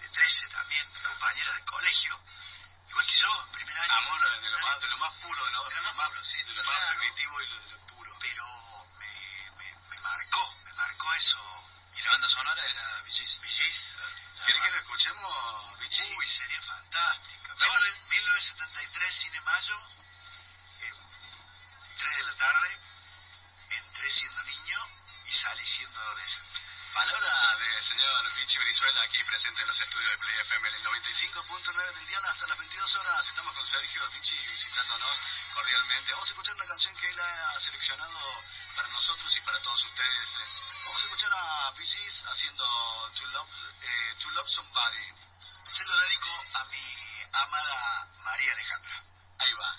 Speaker 2: de 13 también, compañera de colegio, igual que yo, en primer año.
Speaker 3: Amor de Ah, lo más, de lo más puro, ¿no?
Speaker 2: De lo más puro, sí,
Speaker 3: De lo más
Speaker 2: claro.
Speaker 3: primitivo y de lo puro.
Speaker 2: Pero me, me- me marcó, me marcó eso.
Speaker 1: Y la banda sonora era Bee Gees.
Speaker 2: Bee Gees, la
Speaker 3: ¿Querés que lo escuchemos, Vichy?
Speaker 2: Uy, sería fantástica.
Speaker 3: No,
Speaker 2: Mil- 1973, Cine Mayo, 3 eh, de la tarde, entré siendo niño y salí siendo adolescente.
Speaker 3: Palabra del señor Vichy Brizuela aquí presente en los estudios de Play FM en el 95.9 del día hasta las 22 horas. Estamos con Sergio Vichy visitándonos cordialmente. Vamos a escuchar una canción que él ha seleccionado para nosotros y para todos ustedes. eh. Vamos a escuchar a Vichy's haciendo To Love, eh, to Love Somebody.
Speaker 2: Se lo dedico a mi amada María Alejandra.
Speaker 3: Ahí va.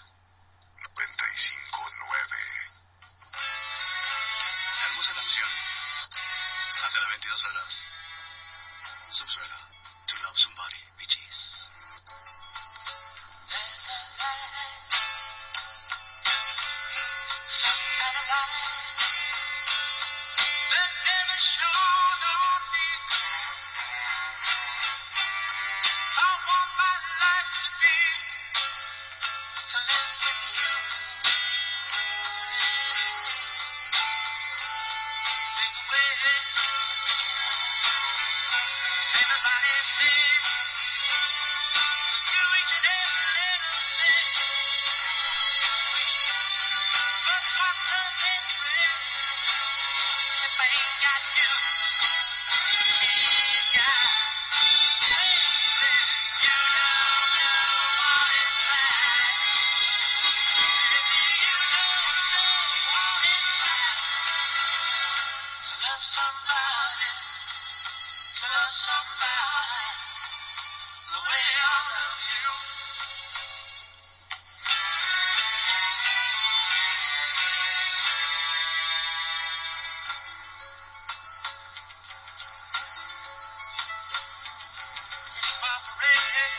Speaker 2: 95.9
Speaker 3: Hermosa canción. Hasta las 22 horas. Subsuelo. To Love Somebody, Vichy's.
Speaker 4: There's a light, some kind of light that never shone on me. I want my life to be a lesson to you. There's a way everybody seems Somebody, to love somebody the way I love you. Evaporated,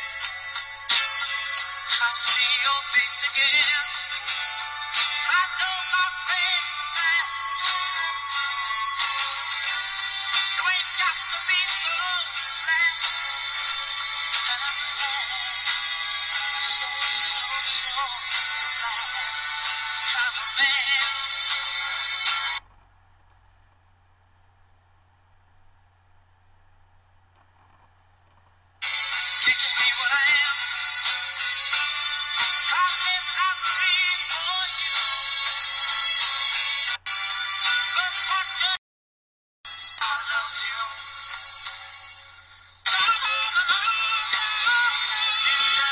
Speaker 4: I see your face again. I know my friend, you ain't got to be so blind. Man. Did you see what I am? I live, I breathe for you. But what good? I love you. You don't know what it's like. You don't know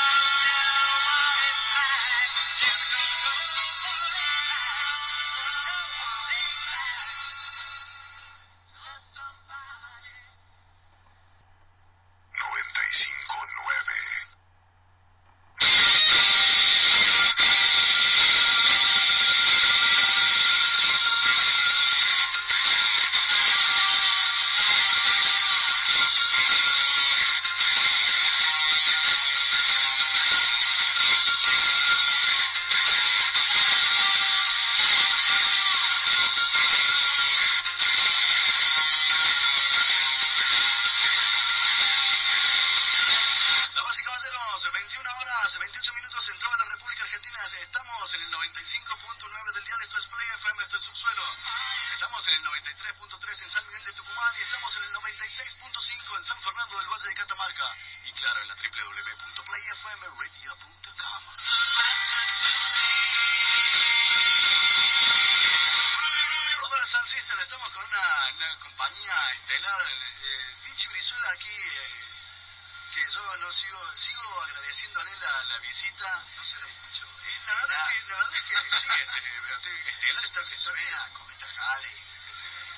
Speaker 3: 21 horas, 28 minutos en toda la República Argentina. Estamos en el 95.9 del día de esto es Play FM, esto es Subsuelo. Estamos en el 93.3 en San Miguel de Tucumán y estamos en el 96.5 en San Fernando del Valle de Catamarca. Y claro, en la www.playfmradio.com. Robert San Sister, estamos con una, una compañía estelar, eh, Vinci Brizuela aquí. eh, que yo no sigo, sigo agradeciéndole la, la visita.
Speaker 2: No se lo mucho.
Speaker 3: Eh, la verdad
Speaker 2: Ah.
Speaker 3: que, la verdad que sí, este, este, Estela está asesorada.
Speaker 2: Suena cometa Halley.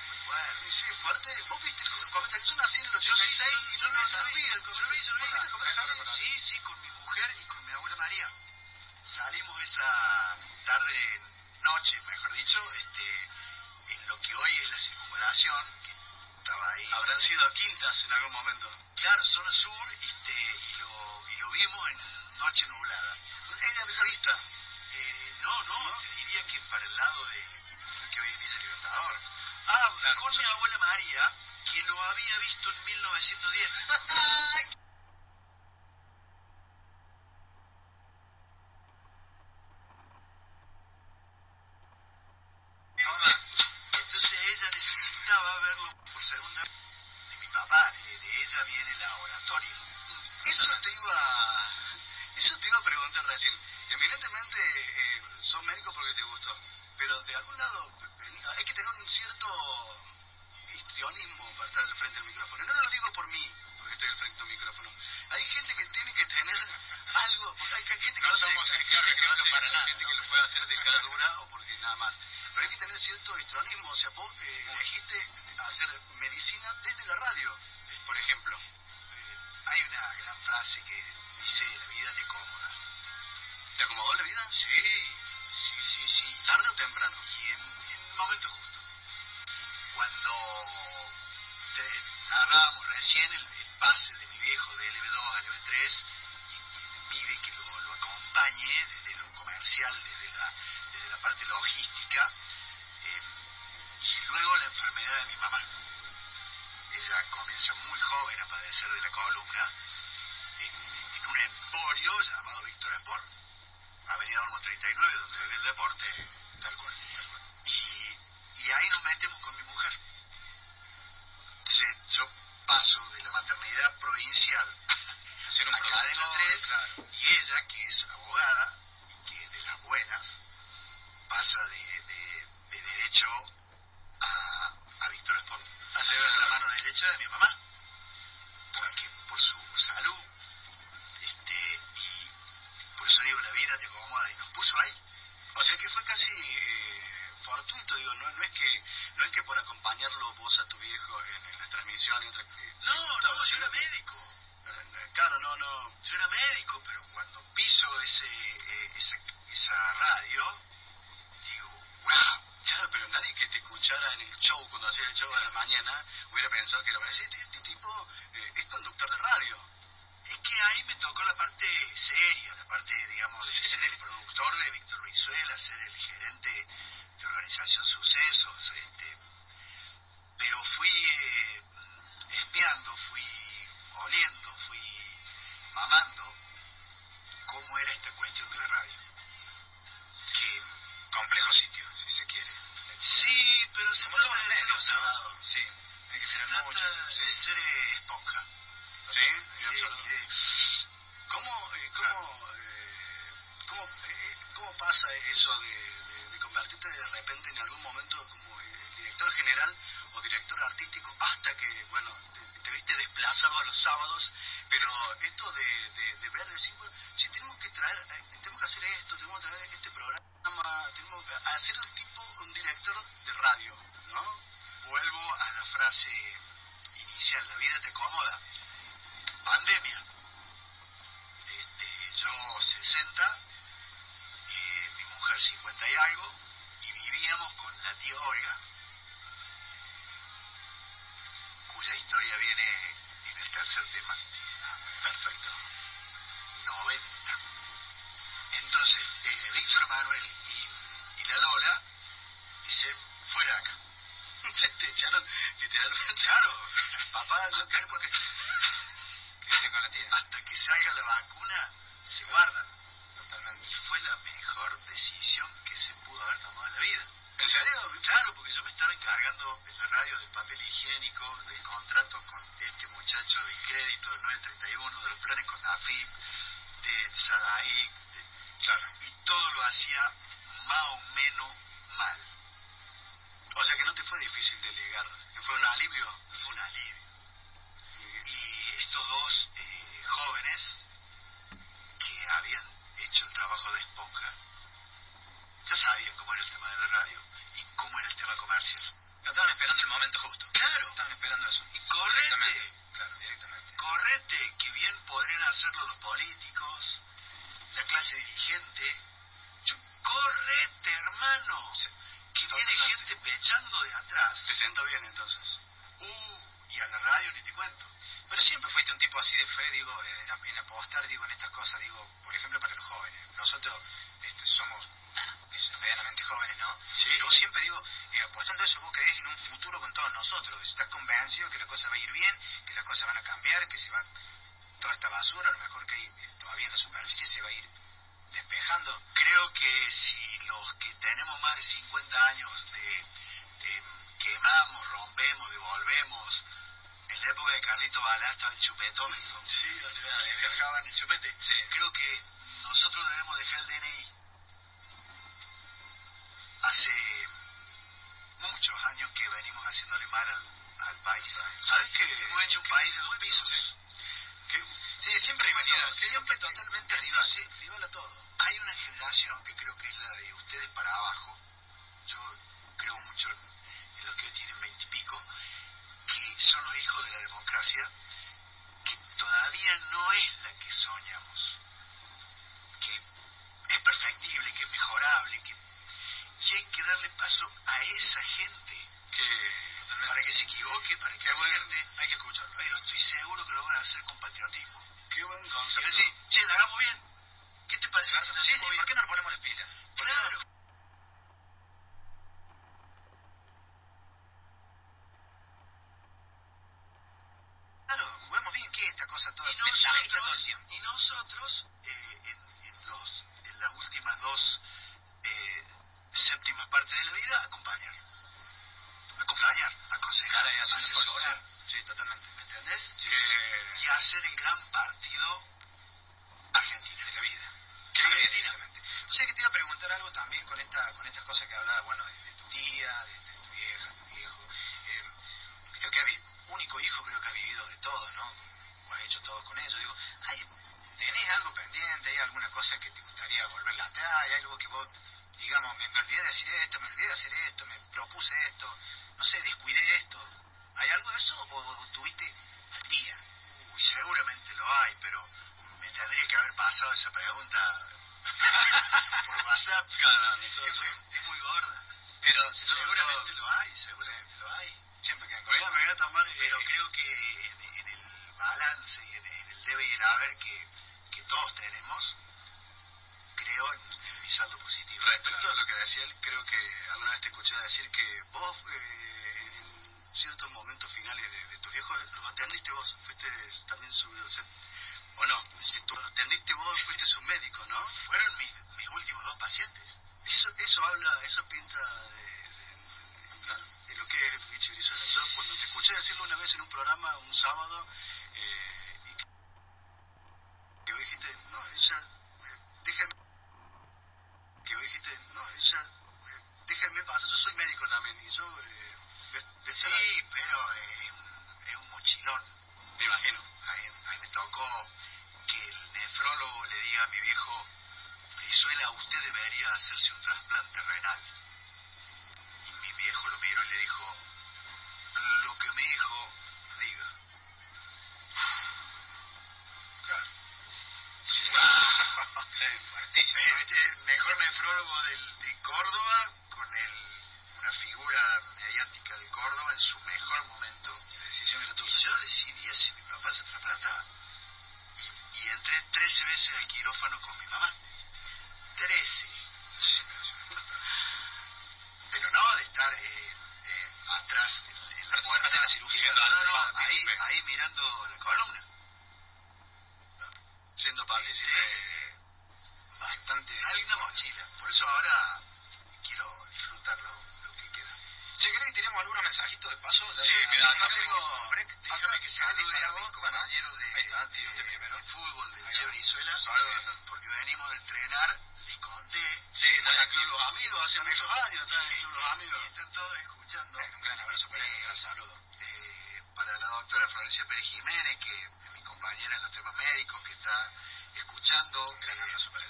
Speaker 3: Muy bueno. Y sí, fuerte. Vos viste el cometa, yo nací en el 86 y yo no yo no vi el
Speaker 2: Yo lo vi, yo lo vi.
Speaker 3: ¿Viste el cometa Halley?
Speaker 2: Sí, sí, con mi mujer y con mi abuela María. Salimos esa tarde, noche, mejor dicho, este, en lo que hoy es la circunvalación, que estaba ahí.
Speaker 3: Habrán sido quintas en algún momento.
Speaker 2: Claro, zona sur, este, y, lo, y lo vimos en noche nublada.
Speaker 3: Era esa vista.
Speaker 2: Eh, no, no, te diría que para el lado de lo que hoy es Villa Libertador.
Speaker 3: Ah,
Speaker 2: Claro,
Speaker 3: con
Speaker 2: con mi abuela María, que lo había visto en 1910. No más. Entonces ella necesitaba verlo por segunda vez. de mi papá, de, de ella viene la oratoria.
Speaker 3: Eso te iba eso te iba a preguntar recién. Evidentemente eh, son médicos porque te gustó, pero de algún lado eh, hay que tener un cierto histrionismo para estar al frente del micrófono. No lo digo por mí, porque estoy al frente del micrófono. Hay gente que tiene que tener algo, porque hay, hay gente que
Speaker 2: No
Speaker 3: lo hace-
Speaker 2: somos
Speaker 3: hay
Speaker 2: el
Speaker 3: gente
Speaker 2: claro
Speaker 3: que
Speaker 2: ejemplo
Speaker 3: lo hace-
Speaker 2: para
Speaker 3: hay
Speaker 2: nada,
Speaker 3: gente que
Speaker 2: ¿no?
Speaker 3: lo puede hacer de cara dura o porque nada más. Pero hay que tener cierto histrionismo, o sea, vos eh, elegiste hacer medicina desde la radio, por ejemplo.
Speaker 2: Eh, hay una gran frase que dice, la vida te cómoda.
Speaker 3: ¿Te acomodó la vida?
Speaker 2: Sí, sí, sí, sí.
Speaker 3: ¿Tarde o temprano?
Speaker 2: Y en, en un momento justo. Cuando te- narrábamos recién el, el pase de mi viejo de LB2 a LB3, y, y pide que lo, lo acompañe desde lo comercial, desde la, desde la parte logística, eh, y luego la enfermedad de mi mamá. Ella comienza muy joven a padecer de la columna en, en un emporio llamado Víctor Empor. Avenida Olmo 39, donde vive el deporte, tal cual. Tal cual. Y, y ahí nos metemos con mi mujer. Entonces yo paso de la maternidad provincial
Speaker 3: Hacer un
Speaker 2: acá de la
Speaker 3: proceso,
Speaker 2: 3
Speaker 3: claro.
Speaker 2: y ella, que es abogada y que es de las buenas, pasa de, de- de derecho a, a Víctor Esport.
Speaker 3: A
Speaker 2: Hace
Speaker 3: ser-
Speaker 2: la mano derecha de mi mamá, porque por su salud, este, y por eso digo, la vida te acomoda y nos puso ahí.
Speaker 3: O sea que fue casi eh, fortuito, digo, no, no es que no es que por acompañarlo vos a tu viejo en, en las transmisiones. entre- eh,
Speaker 2: No,
Speaker 3: estaba
Speaker 2: no, yo
Speaker 3: haciendo-
Speaker 2: era médico.
Speaker 3: eh, Claro, no, no.
Speaker 2: Yo era médico, pero cuando piso ese, eh, esa, esa radio, digo, wow.
Speaker 3: Claro, pero nadie que te escuchara en el show, cuando hacía el show a la mañana, hubiera pensado que era decir, este, este tipo eh, es conductor de radio.
Speaker 2: Es que ahí me tocó la parte seria, la parte, digamos, de ser el productor de Víctor Brizuela, ser el gerente de organización Sucesos, este, pero fui eh, espiando, fui oliendo, fui mamando cómo era esta cuestión de la radio. Que,
Speaker 1: Complejo sitio, si se quiere.
Speaker 2: sí, pero se
Speaker 1: Como
Speaker 2: trata
Speaker 1: somos
Speaker 2: de ser
Speaker 1: medios,
Speaker 2: observador.
Speaker 1: ¿no? Sí, hay que
Speaker 2: Se
Speaker 1: tener
Speaker 2: trata
Speaker 1: mucho. sí.
Speaker 2: de ser eh, esponja.
Speaker 3: Sí,
Speaker 2: Y de- y de-
Speaker 3: ¿Cómo, eh, cómo, eh, cómo, eh, cómo pasa eso de, de- de convertirte de repente en algún momento como eh, director general o director artístico hasta que, bueno, te, te viste desplazado a los sábados? Pero esto de, de, de ver, decir, bueno, si tenemos que traer, eh, tenemos que hacer esto, tenemos que traer este programa, tenemos que hacer un tipo, un director de radio, ¿no?
Speaker 2: Vuelvo a la frase inicial, la vida te acomoda. Pandemia. Este, yo 60, eh, mi mujer 50 y algo, y vivíamos con la tía Olga, cuya historia viene en el tercer tema.
Speaker 1: Ah,
Speaker 2: Perfecto. 90. Entonces, eh, Víctor Manuel y, y la Lola dicen, fuera de acá.
Speaker 3: Te, te echaron literalmente, claro, papá, no queremos que...
Speaker 1: ¿Qué dice con la tía?
Speaker 2: hasta que salga la vacuna este Sadaí,
Speaker 1: Claro.
Speaker 2: y todo lo hacía más o menos mal. O sea que no te fue difícil delegar, fue un alivio, fue un alivio. Y estos dos eh, jóvenes que habían hecho el trabajo de esponja, ya sabían cómo era el tema de la radio y cómo era el tema comercial.
Speaker 1: No estaban esperando el momento justo.
Speaker 2: Claro.
Speaker 1: Estaban esperando eso.
Speaker 2: Y correte.
Speaker 1: Directamente. Claro, directamente.
Speaker 2: Correte, que bien podrían hacerlo los políticos, la clase dirigente. Yo- Correte, hermano. Que viene
Speaker 1: Totalmente.
Speaker 2: gente pechando de atrás.
Speaker 3: Se sentó bien entonces.
Speaker 2: Uh, y a la radio ni te cuento.
Speaker 1: Pero siempre fuiste un tipo así de fe, digo, en, ap- en apostar, digo, en estas cosas, digo, por ejemplo, para los jóvenes. Nosotros este, somos ah, que son medianamente jóvenes, ¿no?
Speaker 2: Sí.
Speaker 1: Pero vos siempre digo, eh, apostando a eso, vos crees en un futuro con todos nosotros. Estás convencido que la cosa va a ir bien, que las cosas van a cambiar, que se va toda esta basura, a lo mejor que hay eh, todavía en la superficie, se va a ir despejando.
Speaker 2: Creo que si los que tenemos más de 50 años de, de quemamos, rompemos, devolvemos, en la época de Carlito Balá estaba el chupetómetro.
Speaker 3: Sí, olvidate.
Speaker 2: Le dejaban el chupete.
Speaker 1: Sí.
Speaker 2: Creo que nosotros debemos dejar el DNI. Hace muchos años que venimos haciéndole mal al, al país. ¿Sabes que hemos hecho un país de dos pisos?
Speaker 1: Sí, siempre
Speaker 2: Bueno,
Speaker 1: rivalidad,
Speaker 2: sí,
Speaker 1: siempre
Speaker 2: sí,
Speaker 1: totalmente
Speaker 2: sí,
Speaker 1: rival.
Speaker 2: sí.
Speaker 1: rival a todo.
Speaker 2: Hay una generación que creo que es la de ustedes para abajo. Yo creo mucho en, en los que hoy tienen veintipico, que son los hijos de la democracia, que todavía no es la que soñamos, que es perfectible, que es mejorable, que y hay que darle paso a esa gente
Speaker 1: Que
Speaker 2: para que se equivoque, para que
Speaker 3: Qué bueno.
Speaker 2: acierte,
Speaker 1: hay que escucharlo.
Speaker 2: pero estoy seguro que lo van a hacer con patriotismo.
Speaker 3: Qué buen
Speaker 2: Es
Speaker 3: concepto.
Speaker 2: decir, che, la hagamos bien. ¿Qué te parece? si la
Speaker 1: sí,
Speaker 2: hacemos
Speaker 1: sí,
Speaker 2: bien?
Speaker 1: ¿por qué no nos ponemos las pilas? ¿Por qué no
Speaker 2: Claro.
Speaker 1: Claro, jugamos bien, ¿qué es esta cosa toda?
Speaker 2: Y
Speaker 1: Mensajista todo el
Speaker 2: nosotros,
Speaker 1: tiempo.
Speaker 2: y nosotros eh, en, en los- en las últimas dos eh, séptimas partes de la vida, acompañar. Acompañar, aconsejar,
Speaker 1: Caray, hace una cosa,
Speaker 2: asesorar,
Speaker 1: Sí, sí, totalmente.
Speaker 2: ¿me entendés?
Speaker 3: Que,
Speaker 2: Y hacer el gran partido argentino.
Speaker 1: De la vida.
Speaker 2: ¿Qué?
Speaker 1: Directamente. O sea que te iba a preguntar algo también con esta con estas cosas que hablaba, bueno, de, de tu tía, de, de tu vieja, tu viejo. Eh, creo que ha vi- único hijo creo que ha vivido de todo, ¿no? O has hecho todo con ellos. Digo, ay, ¿tenés algo pendiente? ¿Hay alguna cosa que te gustaría volverla atrás? ¿Hay algo que vos, digamos, me, me olvidé de decir esto, me olvidé de hacer esto, me propuse esto, no sé, descuidé esto? ¿Hay algo de eso o, o tuviste al día?
Speaker 2: Uy, seguramente lo hay, pero me tendría que haber pasado esa pregunta por WhatsApp.
Speaker 3: Claro,
Speaker 2: Es
Speaker 3: nosotros-
Speaker 2: muy, es muy gorda.
Speaker 1: Pero
Speaker 2: Seguramente lo hay, seguramente lo hay.
Speaker 1: siempre quedan
Speaker 2: Voy
Speaker 1: cosas.
Speaker 2: a, me voy a tomar, pero creo que en, en el balance y en, en el debe y el haber que, que todos tenemos, creo en, en mi saldo positivo.
Speaker 3: Respecto a lo que decía él, creo que alguna vez te escuché decir que vos, eh, en ciertos momentos finales de, de tus viejos, los atendiste vos, fuiste también su... O, sea, o no, si tú los atendiste vos, fuiste su médico, ¿no?
Speaker 2: Fueron mis, mis últimos dos pacientes.
Speaker 3: Eso, eso habla, eso pinta de, de- de lo que es Vichy Brizuela. Yo cuando te escuché decirlo una vez en un programa, un sábado, eh, y que, que vos dijiste, no, ella, eh, déjame, que vos dijiste, no, ella, eh, déjame pasar, yo soy médico también, y yo, eh, de- de
Speaker 2: Sí,
Speaker 3: ser-
Speaker 2: pero eh, es un- es un mochilón.
Speaker 3: me imagino.
Speaker 2: Ahí, ahí me tocó que el nefrólogo le diga a mi viejo, Brizuela, usted debería hacerse un trasplante renal. Y mi viejo lo miró y le dijo, lo que mi hijo diga.
Speaker 3: Claro.
Speaker 2: Sí,
Speaker 3: Sí,
Speaker 2: fuertísimo, ¿no? Este mejor nefrólogo del- de Córdoba, con el, una figura mediática de Córdoba en su mejor momento.
Speaker 1: La decisión era tuya.
Speaker 2: Y yo decidía si mi papá se trasplantaba. Y, y entré 13 veces al quirófano con mi mamá. 13. Pero no de estar eh, eh, atrás en, en la
Speaker 1: Participante
Speaker 2: puerta
Speaker 1: de la cirugía,
Speaker 2: No, no, no,
Speaker 3: participante,
Speaker 2: ahí,
Speaker 3: partícipe.
Speaker 2: ahí mirando la columna.
Speaker 3: siendo partícipe.
Speaker 1: Eh,
Speaker 2: Este,
Speaker 1: Bastante.
Speaker 2: una linda mochila. Por eso ahora quiero disfrutar lo, lo que queda.
Speaker 1: Che, ¿crees que tenemos algunos mensajitos de paso?
Speaker 2: Sí, mira, acá tengo...
Speaker 1: Déjame que se
Speaker 2: salude
Speaker 1: a
Speaker 2: a mi compañero de,
Speaker 1: Ahí está, tiro usted
Speaker 2: de
Speaker 1: primero.
Speaker 2: fútbol de
Speaker 1: Ahí
Speaker 2: Che
Speaker 1: va. Pues
Speaker 2: Brizuela,
Speaker 1: Saludos.
Speaker 2: eh, porque venimos de entrenar, le conté,
Speaker 1: Sí,
Speaker 2: que
Speaker 1: está
Speaker 2: está
Speaker 1: en
Speaker 2: en Club Los Amigos, hace muchos años está en el Club Los Amigos. Y están todos escuchando.
Speaker 1: Bueno, Un gran abrazo para él, un gran
Speaker 2: Eh,
Speaker 1: saludo.
Speaker 2: eh, para la doctora Florencia Pérez Jiménez, que es mi compañera en los temas médicos, que está escuchando, Eh,
Speaker 1: Un gran abrazo para él.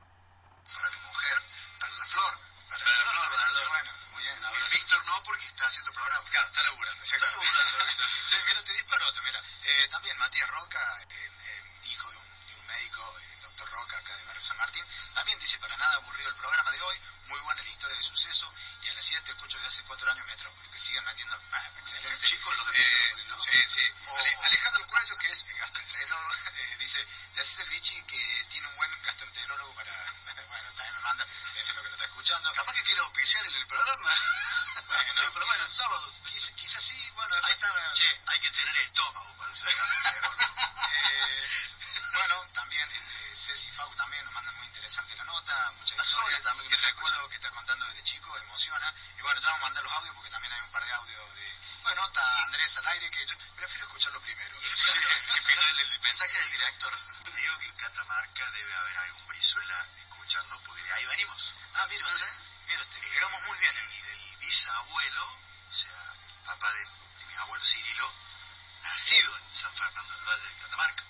Speaker 2: para mi mujer, para la flor.
Speaker 1: Para la flor, para la flor.
Speaker 2: Bueno, muy bien.
Speaker 1: Un abrazo.
Speaker 2: Víctor no, porque está haciendo programa.
Speaker 1: Claro, está laburando.
Speaker 2: Está laburando, Víctor.
Speaker 1: Sí, mira, te disparo otro, mira. Eh, también Matías Roca, eh, eh, hijo de un, de un médico, el doctor Roca, acá de Barrio San Martín, también dice, para nada aburrido el programa de hoy, muy buena la historia de suceso, y a las 7 te escucho de hace 4 años Metro, que sigan metiendo, ah, excelente. Eh,
Speaker 2: Chicos, los de Metrópoli, ¿no?
Speaker 1: Sí, sí.
Speaker 2: Oh.
Speaker 1: Ale- Alejandro Cuello, que es eh, gastroenterólogo, eh, dice, le haces el bichi que tiene un buen gastroenterólogo para, bueno, también me manda, eso es lo que no está escuchando.
Speaker 2: Capaz que quiera auspiciar en el programa.
Speaker 1: Bueno,
Speaker 2: el programa de los
Speaker 1: quizás-
Speaker 2: sábados.
Speaker 1: Quizás quizás sí, bueno, ahí
Speaker 2: Hay,
Speaker 1: está...
Speaker 2: che, hay que tener estómago para ser
Speaker 1: Eh, bueno, también este, Ceci y Fau también nos mandan muy interesante la nota, muchas
Speaker 2: La Sole
Speaker 1: historias
Speaker 2: también
Speaker 1: que
Speaker 2: nos escucha.
Speaker 1: recuerdo que está contando desde chico, emociona. Y bueno, ya vamos a mandar los audios porque también hay un par de audios de... Bueno, está Andrés al aire que yo prefiero escucharlo primero.
Speaker 2: Sí, pero el, el mensaje del director. Digo que en Catamarca debe haber algún Brizuela escuchando, porque de ahí venimos.
Speaker 1: Ah, mira usted,
Speaker 2: Ajá.
Speaker 1: mira usted, llegamos muy bien.
Speaker 2: Mi, mi bisabuelo, o sea, el papá de, de mi abuelo Cirilo, nacido en San Fernando del Valle de Catamarca.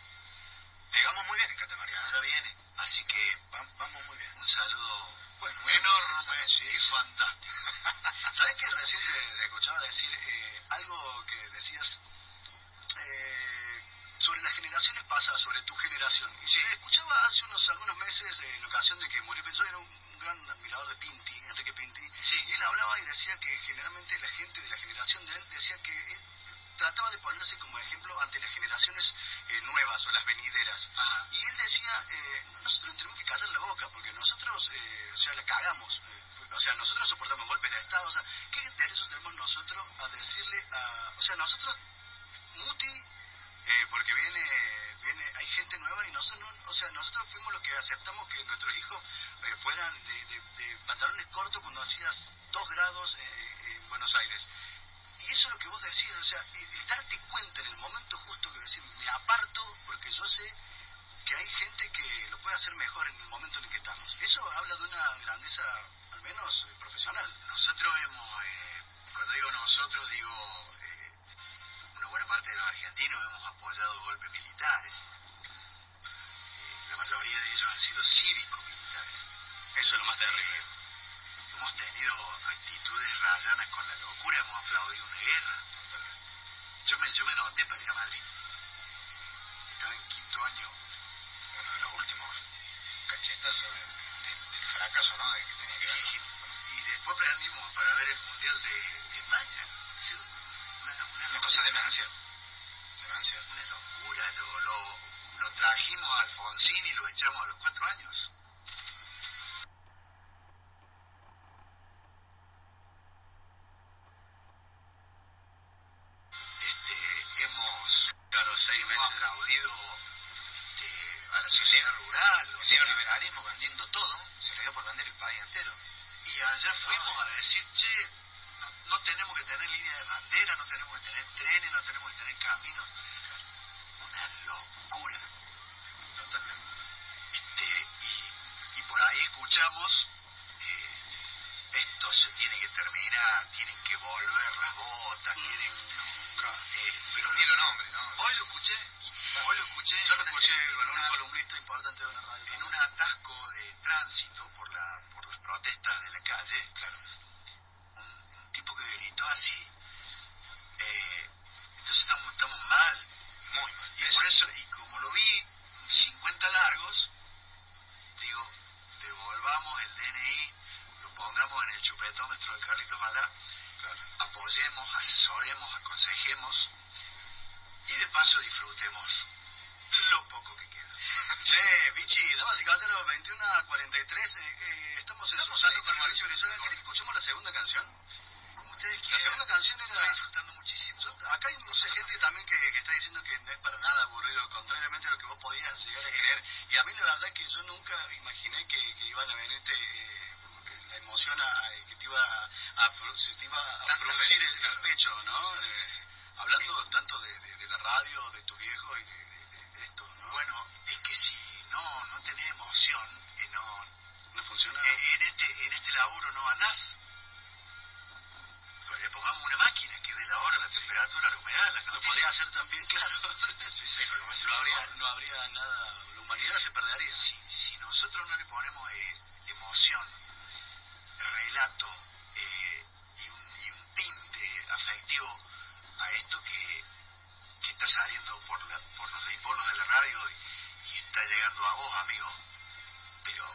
Speaker 1: Llegamos muy bien en ¿eh? Catamarca.
Speaker 2: Ya viene. Así que
Speaker 1: Va- vamos muy bien.
Speaker 2: un saludo
Speaker 1: Bueno, muy bien.
Speaker 2: enorme
Speaker 1: Sí,
Speaker 2: y fantástico. ¿Sabes que recién te, te escuchaba decir eh, algo que decías eh, sobre las generaciones pasadas, sobre tu generación? Y
Speaker 1: Sí.
Speaker 2: te escuchaba hace unos algunos meses eh, en ocasión de que murió, pero yo era un, un gran admirador de Pinti, Enrique Pinti, y él hablaba y decía que generalmente la gente de la generación de él decía que él trataba de ponerse como ejemplo ante las generaciones eh, nuevas o las venideras.
Speaker 1: Ah,
Speaker 2: Y él decía, eh, nosotros tenemos que callar la boca, porque nosotros, eh, o sea, la cagamos. eh, o sea, nosotros soportamos golpes de Estado. O sea, ¿qué derecho tenemos nosotros a decirle a... O sea, nosotros, Muti, eh, porque viene, viene, hay gente nueva y nosotros, no- o sea, nosotros fuimos los que aceptamos que nuestros hijos eh, fueran de, de- de pantalones cortos cuando hacías dos grados eh, en Buenos Aires. Y eso es lo que vos decís, o sea, el- el darte cuenta en el momento justo que decís, me aparto porque yo sé que hay gente que lo puede hacer mejor en el momento en el que estamos. Eso habla de una grandeza, al menos eh, profesional.
Speaker 3: Nosotros hemos, eh, cuando digo nosotros, digo eh, una buena parte de los argentinos eh, hemos apoyado golpes militares. Eh, La mayoría de ellos han sido cívicos militares.
Speaker 2: Eso es lo más
Speaker 3: terrible. Hemos tenido actitudes rayanas con la locura, hemos aplaudido una guerra. Yo me, yo me noté para ir a Madrid. Estaba en quinto año.
Speaker 1: uno de los últimos cachetazos de- de- del fracaso, ¿no? De que tenía que ver con-
Speaker 3: Y después prendimos para ver el Mundial de de España. Sí, Una, una-
Speaker 1: Una cosa de demencia. Demencia.
Speaker 3: Una locura, lo, lo, lo trajimos a Alfonsín y lo echamos a los cuatro años. Este, hemos
Speaker 1: Claro, seis
Speaker 3: hemos
Speaker 1: meses.
Speaker 3: aplaudido este, a la sociedad rural, o
Speaker 1: El
Speaker 3: sea,
Speaker 1: neoliberalismo vendiendo todo, se le dio por vender el país entero.
Speaker 3: y allá fuimos a decir, che, no, no tenemos que tener línea de bandera, no tenemos que tener trenes, no tenemos que tener caminos. Una locura.
Speaker 1: Totalmente.
Speaker 3: Este, y, y por ahí escuchamos, eh, esto se tiene que terminar, tienen que volver las botas,
Speaker 2: Mm.
Speaker 3: tienen... eh, pero
Speaker 1: Pero
Speaker 3: ni
Speaker 1: ni
Speaker 3: lo-
Speaker 1: los nombres, ¿no?
Speaker 3: hoy lo escuché, hoy lo escuché,
Speaker 2: Yo lo escuché con
Speaker 3: en,
Speaker 2: un
Speaker 3: una-
Speaker 2: columnista importante de una radio.
Speaker 3: en un atasco de tránsito por, la, por las protestas de la calle,
Speaker 1: Claro.
Speaker 3: un, un tipo que gritó así, eh, entonces estamos, estamos mal,
Speaker 1: Muy mal.
Speaker 3: y por eso, y como lo vi 50 largos, digo, devolvamos el DNI, lo pongamos en el chupetómetro de Carlitos Balá,
Speaker 1: Claro.
Speaker 3: apoyemos, asesoremos, aconsejemos y de paso disfrutemos lo poco que queda.
Speaker 2: Che, Vichy, damas y caballeros, 21 a 43, eh, eh, estamos en
Speaker 1: Estamos
Speaker 2: Susana
Speaker 1: ahí
Speaker 2: con
Speaker 1: con
Speaker 2: Vichy
Speaker 1: el-
Speaker 2: Brizuela.
Speaker 1: con-
Speaker 2: ¿Querés que escuchemos la segunda canción?
Speaker 3: Como ustedes
Speaker 2: La
Speaker 3: quieran,
Speaker 2: segunda canción
Speaker 3: estoy
Speaker 2: era...
Speaker 3: disfrutando muchísimo.
Speaker 2: Yo- acá hay mucha gente también que, que está diciendo que no es para nada aburrido, contrariamente a lo que vos podías llegar a creer. Y a mí la verdad que yo nunca imaginé que, que iban a venirte eh, la la emoción a- que te iba a, pro- se te iba a
Speaker 3: Tanta
Speaker 2: producir
Speaker 3: vez,
Speaker 2: el, el
Speaker 3: claro.
Speaker 2: pecho, ¿no?
Speaker 3: Sí, sí, sí, sí.
Speaker 2: Eh, hablando tanto de, de- de la radio, de tu viejo y de, de- de esto, ¿no?
Speaker 3: Bueno, es que si no, no tenés emoción, eh, no,
Speaker 2: no funciona.
Speaker 3: eh, en, este, en este laburo no andás. Pues le pongamos una máquina que dé la hora, la temperatura, la humedad, las
Speaker 2: no
Speaker 3: noticias.
Speaker 2: podría hacer también, claro.
Speaker 3: pero como se
Speaker 2: no,
Speaker 3: lo
Speaker 2: habría,
Speaker 3: habría-
Speaker 2: no habría nada, la humanidad se perdería.
Speaker 3: Si, si nosotros no le ponemos eh, emoción, relato eh, y, un, y un tinte afectivo a esto que, que está saliendo por, la- por los dipolos de la radio y, y está llegando a vos, amigo, pero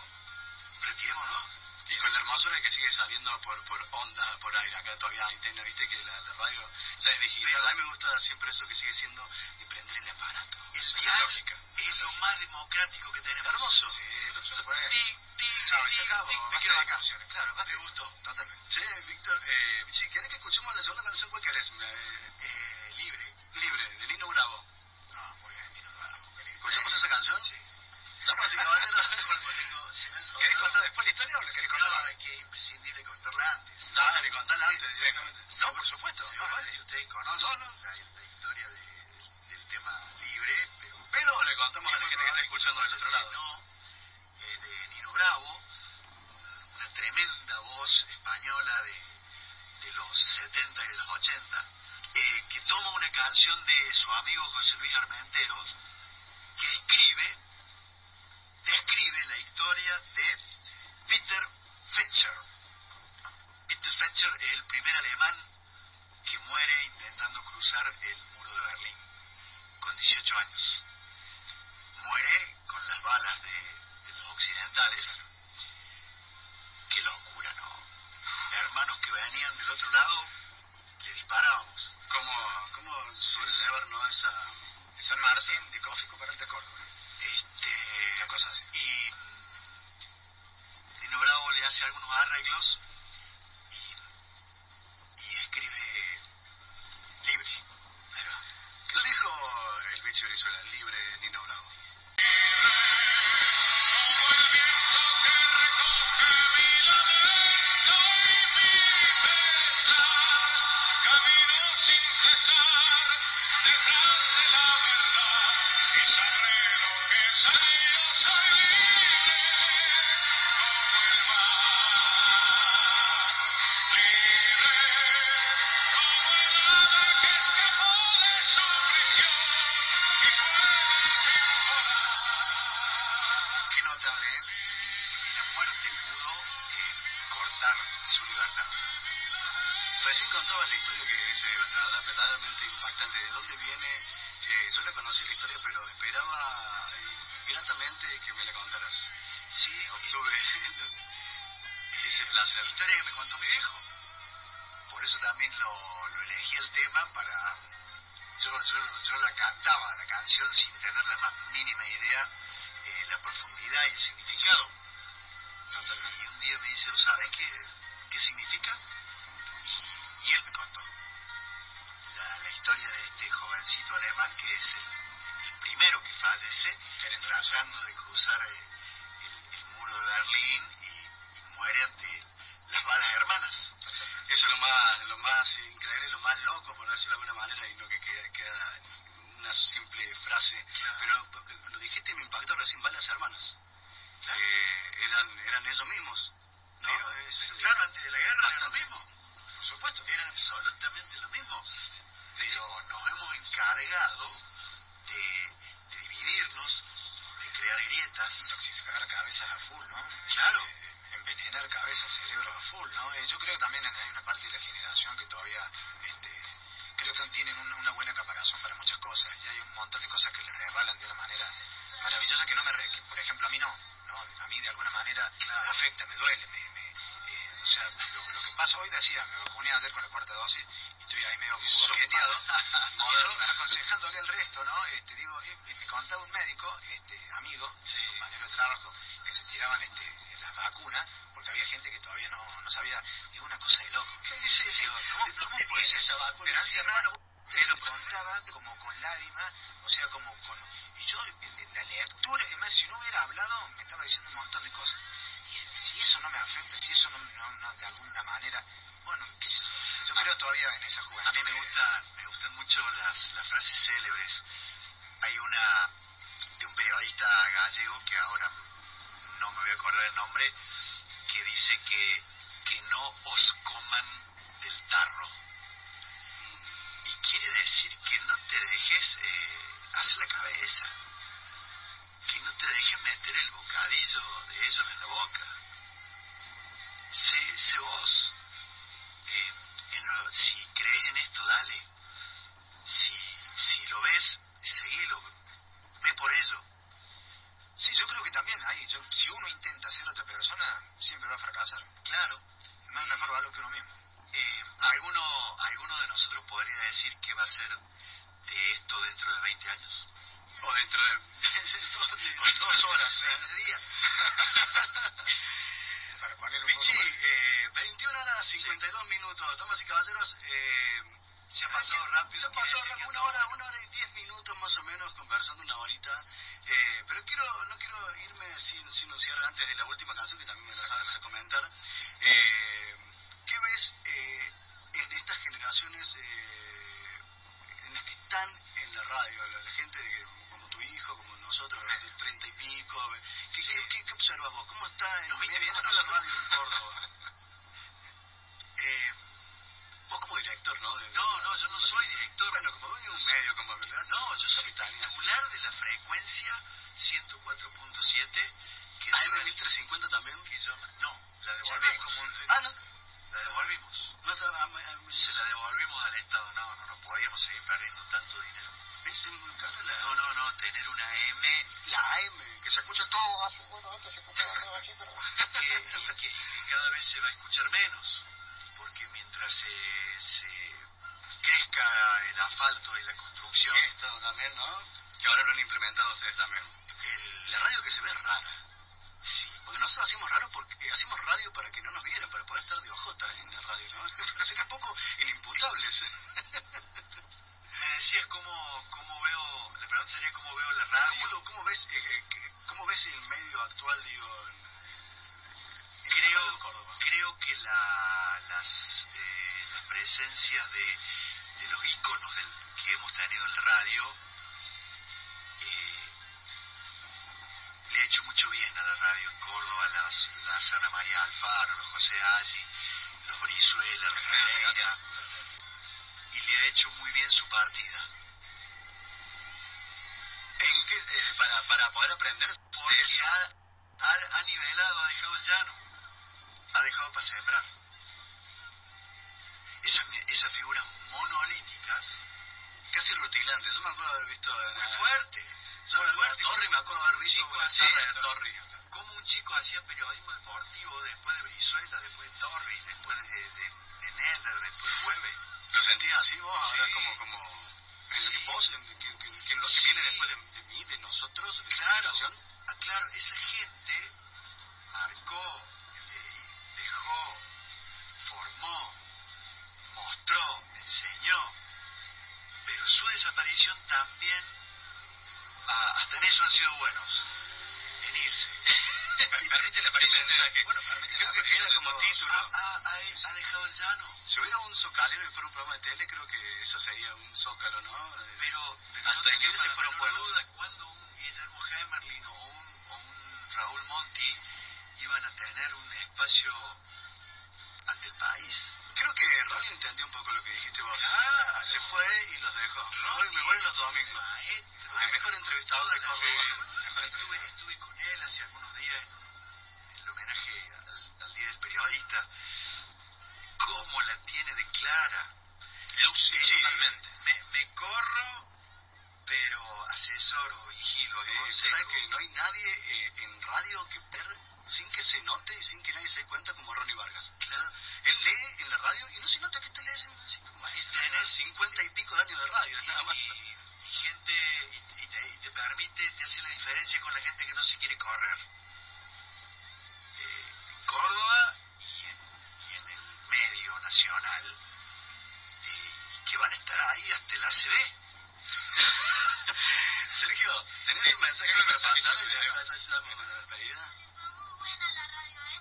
Speaker 3: retirémonos.
Speaker 2: Y con la hermosura que sigue saliendo por, por onda, por aire, acá todavía hay antena, viste que la, la radio ya es digital. A mí me gusta siempre eso que sigue siendo de prender el aparato.
Speaker 3: El
Speaker 2: La
Speaker 3: dial
Speaker 2: lógica.
Speaker 3: es lo más democrático que tenemos. Hermoso.
Speaker 1: Sí, por supuesto.
Speaker 3: Tic, tic,
Speaker 1: Chao, se
Speaker 3: tic,
Speaker 1: acabó.
Speaker 3: tic. Me
Speaker 1: Basta
Speaker 3: quedo
Speaker 1: de
Speaker 3: acá.
Speaker 1: discusiones.
Speaker 3: Claro, basta.
Speaker 2: Me gustó.
Speaker 1: Totalmente.
Speaker 2: Che, Víctor, eh, si querés que escuchemos la segunda canción, ¿cuál querés? Eh,
Speaker 3: Eh,
Speaker 2: libre. Libre, de Nino Bravo.
Speaker 1: No, muy bien, Nino Bravo, querido.
Speaker 2: ¿Escuchamos esa canción?
Speaker 3: Sí.
Speaker 2: Damas y caballeros.
Speaker 3: ¿Querés contar
Speaker 2: después la historia o la querés
Speaker 3: No,
Speaker 2: contar?
Speaker 3: es que es imprescindible contarla antes.
Speaker 2: Dale, contala antes directamente.
Speaker 3: No, por supuesto.
Speaker 2: Sí,
Speaker 3: Seguramente
Speaker 2: vale.
Speaker 3: ustedes conocen
Speaker 2: No, no.
Speaker 3: la, la historia de- del tema libre, pero
Speaker 2: Pero le contamos a la gente que
Speaker 3: Muy
Speaker 2: está
Speaker 3: probable
Speaker 2: escuchando del otro lado.
Speaker 3: No, eh, de Nino Bravo, una tremenda voz española de, de los 70 y de los 80, eh, que toma una canción de su amigo José Luis Armenteros, que escribe, escribe la historia de Peter Fetcher. Peter Fetcher es el primer alemán que muere intentando cruzar el muro de Berlín, con 18 años muere con las balas de, de los occidentales. Qué locura, ¿no? Hermanos que venían del otro lado, le disparábamos.
Speaker 2: ¿Cómo, cómo sobrellevar, no, esa...
Speaker 1: De San Martín, de Cófico para el de Córdoba.
Speaker 3: Este,
Speaker 1: Una cosa así.
Speaker 3: Y Tino Bravo le hace algunos arreglos y, y escribe libre. Ahí va.
Speaker 2: Lo dijo el bicho Brizuela, libre Nino Bravo.
Speaker 5: Camino sin cesar detrás de la verdad y sabré lo que soy, yo soy libre como el mar, libre como el ave que escapó de su prisión y puede volar.
Speaker 3: Qué notable, ¿eh? Y la muerte pudo eh, cortar su libertad.
Speaker 2: Recién contabas la historia que es eh, verdad- verdaderamente impactante. ¿De dónde viene? Eh, yo la conocí la historia, pero esperaba eh, gratamente que me la contaras.
Speaker 3: Sí,
Speaker 2: Obtuve ese placer.
Speaker 3: historia que me contó mi viejo. Por eso también lo, lo elegí el tema para... Yo, yo, yo la cantaba, la canción, sin tener la más mínima idea, eh, la profundidad y el significado. Y un día me dice, "¿Vos ¿sabés qué, qué significa? Y, y él me contó la, la historia de este jovencito alemán que es el, el primero que fallece tratando de cruzar eh, el, el- el muro de Berlín y, y muere ante las balas hermanas.
Speaker 2: Eso es lo más, lo más increíble, lo más loco, por decirlo de alguna manera, y no que queda, queda en una simple frase.
Speaker 3: Claro.
Speaker 2: Pero lo dijiste y me impactó recién balas hermanas. Eh, eran, eran ellos mismos. ¿no?
Speaker 3: Pero,
Speaker 2: Es, eh,
Speaker 3: claro, antes de la guerra era lo
Speaker 2: bastante.
Speaker 3: mismo. Por supuesto, eran absolutamente lo mismo. Pero nos hemos encargado de, de dividirnos, de crear grietas.
Speaker 1: Intoxicar cabezas a full, ¿no?
Speaker 3: Claro.
Speaker 1: Eh, envenenar cabezas, cerebros a full, ¿no? Eh, yo creo que también hay una parte de la generación que todavía, este, creo que tienen un- una buena caparazón para muchas cosas. Y hay un montón de cosas que les resbalan de una manera maravillosa que no me, re- que, por ejemplo, a mí no, ¿no? A mí de alguna manera me afecta, me duele, me, me, eh, o sea, lo, lo que pasa hoy decía, me vacuné ayer con la cuarta dosis y estoy ahí medio
Speaker 2: Eso,
Speaker 1: coqueteado.
Speaker 2: Moderna.
Speaker 1: Yo aconsejándole al resto, ¿no? Este, digo, eh, me contaba un médico, este, amigo, compañero de trabajo, que se tiraban este, las vacunas porque había gente que todavía no, no sabía. Es una cosa de loco.
Speaker 2: ¿Qué dice?
Speaker 1: Digo, ¿cómo-
Speaker 2: ¿De dónde
Speaker 1: cómo
Speaker 2: viene
Speaker 1: puede ser?
Speaker 2: esa vacuna?
Speaker 1: Pero
Speaker 2: Sí,
Speaker 1: sí,
Speaker 2: hermano,
Speaker 1: me lo contaba como con lágrimas, o sea, como con... Y yo, en la lectura, es más, si no hubiera hablado, me estaba diciendo un montón de cosas. Y, si eso no me afecta, si eso no, no, no de alguna manera, bueno, qué sé yo, yo creo todavía en esa juventud.
Speaker 2: Ah. A mí me, gusta, me gustan mucho las, las frases célebres. Hay una de un periodista gallego que ahora no me voy a acordar el nombre, que dice que, que no os coman del tarro. Y quiere decir que no te dejes eh, hacer la cabeza, que no te dejes meter el bocadillo de ellos en la boca. Sé, sé vos. Eh, en lo, si crees en esto, dale. Si, si lo ves, seguilo. Ve por ello.
Speaker 1: Sí, yo creo que también hay. Yo, si uno intenta ser otra persona, siempre va a fracasar.
Speaker 2: Claro.
Speaker 1: Más mejor algo que uno mismo.
Speaker 2: Eh, ¿alguno, ¿Alguno de nosotros podría decir que va a ser de esto dentro de 20 años?
Speaker 3: O dentro de,
Speaker 2: o dos horas, ¿eh? día.
Speaker 1: Para ponerlo un poco
Speaker 3: Pichi,
Speaker 1: más.
Speaker 3: eh, 21 horas 52 minutos. Damas y caballeros, eh,
Speaker 2: Se ha pasado rápido.
Speaker 3: se pasó
Speaker 2: quiere decir que
Speaker 3: una hora, una hora y diez minutos más o menos conversando una horita. Eh, pero quiero, no quiero irme sin, sin un cierre antes de la última canción que también me la vas a comentar. Eh, ¿Qué ves eh, en estas generaciones, eh, en las que están en la radio, la, la gente de- como tu hijo, como nosotros, de treinta y pico? ¿Qué,
Speaker 2: Sí.
Speaker 3: qué, qué- qué observas vos? ¿Cómo está el
Speaker 2: Nos viste bien
Speaker 3: medio de
Speaker 2: con
Speaker 3: la
Speaker 2: nosotros.
Speaker 3: radio en Córdoba? Eh, vos como director, ¿no? De-
Speaker 2: No, no, yo no soy director.
Speaker 3: Bueno, como dueño de un medio, como ¿verdad?
Speaker 2: No, yo soy titular de la frecuencia 104.7 que
Speaker 3: AM 1350 también.
Speaker 2: que yo no, la
Speaker 3: Ya no es
Speaker 2: devolvimos.
Speaker 3: como un- Ah, no.
Speaker 2: La devolvimos.
Speaker 3: No está ah, AM, AM,
Speaker 2: Se la devolvimos al Estado. No, no, no podíamos seguir perdiendo tanto dinero.
Speaker 3: Es muy cara la,
Speaker 2: No, no, no, tener una M
Speaker 3: la AM, que se escucha todo así. Bueno, antes se escuchaba todo así, pero.
Speaker 2: que, y que- y que cada vez se va a escuchar menos, porque mientras se, se crezca el asfalto y la construcción,
Speaker 3: Esto también, ¿no? Que ahora lo han implementado ustedes también.
Speaker 2: el-
Speaker 3: La radio que se ve rara. Sí. Porque nosotros hacemos raro porque eh, hacemos radio para que no nos vieran, para poder estar de ojota en la radio, ¿no? Para ser un poco inimputables.
Speaker 2: me decías cómo, cómo veo, la pregunta sería cómo veo la radio.
Speaker 3: ¿Cómo, lo- cómo ves, eh, eh, que- cómo ves el medio actual, digo, en- en, la radio
Speaker 2: creo,
Speaker 3: de Córdoba?
Speaker 2: creo que la, las, eh, las presencias de, de los íconos del, que hemos tenido en la radio eh, le ha hecho mucho bien a la radio en Córdoba, las, las Ana María Alfaro, los José Allí, los Brizuela, los Pereira, y le ha hecho muy bien su partida.
Speaker 3: ¿En qué, eh, para, para poder aprender
Speaker 2: Porque
Speaker 3: de eso?
Speaker 2: ha, ha- ha nivelado, ha dejado el llano, ha dejado para sembrar. Esas, mi- esas figuras monolíticas,
Speaker 3: Casi rutilante. Yo me acuerdo de haber visto. en
Speaker 2: muy
Speaker 3: la-
Speaker 2: fuerte,
Speaker 3: Yo
Speaker 2: muy
Speaker 3: en la
Speaker 2: fuerte.
Speaker 3: Torre me acuerdo de haber
Speaker 2: Un
Speaker 3: visto
Speaker 2: chico
Speaker 3: con la
Speaker 2: hacía
Speaker 3: charla de
Speaker 2: esto.
Speaker 3: Torri.
Speaker 2: Como un chico hacía periodismo deportivo después de Venezuela, después de Torres, después de, de, de Nether, después de Hueve.
Speaker 3: ¿Lo sentías así vos? Ahora
Speaker 2: Sí.
Speaker 3: como. como en
Speaker 2: Sí.
Speaker 3: vos, en, que, que, que lo que
Speaker 2: Sí.
Speaker 3: viene después de, de mí, de nosotros, de esta
Speaker 2: Claro,
Speaker 3: generación.
Speaker 2: ah, claro, esa gente marcó, eh, dejó, formó, mostró, enseñó, pero su desaparición también, ah, hasta en eso han sido buenos, en irse.
Speaker 3: Permite la aparición de.
Speaker 2: Bueno, permite la
Speaker 3: que
Speaker 2: aparición
Speaker 3: queda
Speaker 2: de Ah,
Speaker 3: como
Speaker 2: todos.
Speaker 3: título.
Speaker 2: Ha, ha- eh, ha- ha dejado el llano,
Speaker 3: Si hubiera un zocalero y fuera un programa de tele, creo que eso sería un zócalo, ¿no? Eh,
Speaker 2: pero, pero
Speaker 3: Hasta en
Speaker 2: tenía
Speaker 3: irse
Speaker 2: la
Speaker 3: fueron
Speaker 2: menor
Speaker 3: buenos.
Speaker 2: duda cuando un Guillermo Hemerlin o un, o un Raúl Monti iban a tener un espacio ante el país.
Speaker 3: Creo que Rolly entendió un poco lo que dijiste vos.
Speaker 2: Claro.
Speaker 3: Se fue y los dejó. Hoy me voy los domingos.
Speaker 2: Maestro.
Speaker 3: El mejor entrevistador de
Speaker 2: Todas las
Speaker 3: Córdoba.
Speaker 2: veces. Estuve,
Speaker 1: ¿eh?
Speaker 2: estuve con él hace algunos días en el homenaje al, al Día del Periodista. ¿Cómo la tiene de clara?
Speaker 3: Lúcido, totalmente.
Speaker 2: Me, me corro, pero asesoro, vigilo,
Speaker 3: Sí, pues,
Speaker 2: aconsejo.
Speaker 3: ¿Sabes que no hay nadie eh, en radio que ver sin que se note y sin que nadie se dé cuenta como Ronnie Vargas? Claro, él lee en la radio y no se nota que te lees
Speaker 2: Y
Speaker 3: Tener
Speaker 2: tenés
Speaker 3: cincuenta y pico de años de radio, nada más.
Speaker 2: y, y gente y, y te, y te permite, te hace la diferencia con la gente que no se quiere correr. Eh, en Córdoba y en, y en el medio nacional, eh, y que van a estar ahí hasta el ACB.
Speaker 3: Sergio, ¿tenés un mensaje
Speaker 2: tengo un
Speaker 3: para
Speaker 2: mensaje,
Speaker 3: pasar?
Speaker 2: sí,
Speaker 3: Y le
Speaker 2: creo.
Speaker 3: pasás la despedida.
Speaker 4: Muy buena la radio, ¿eh?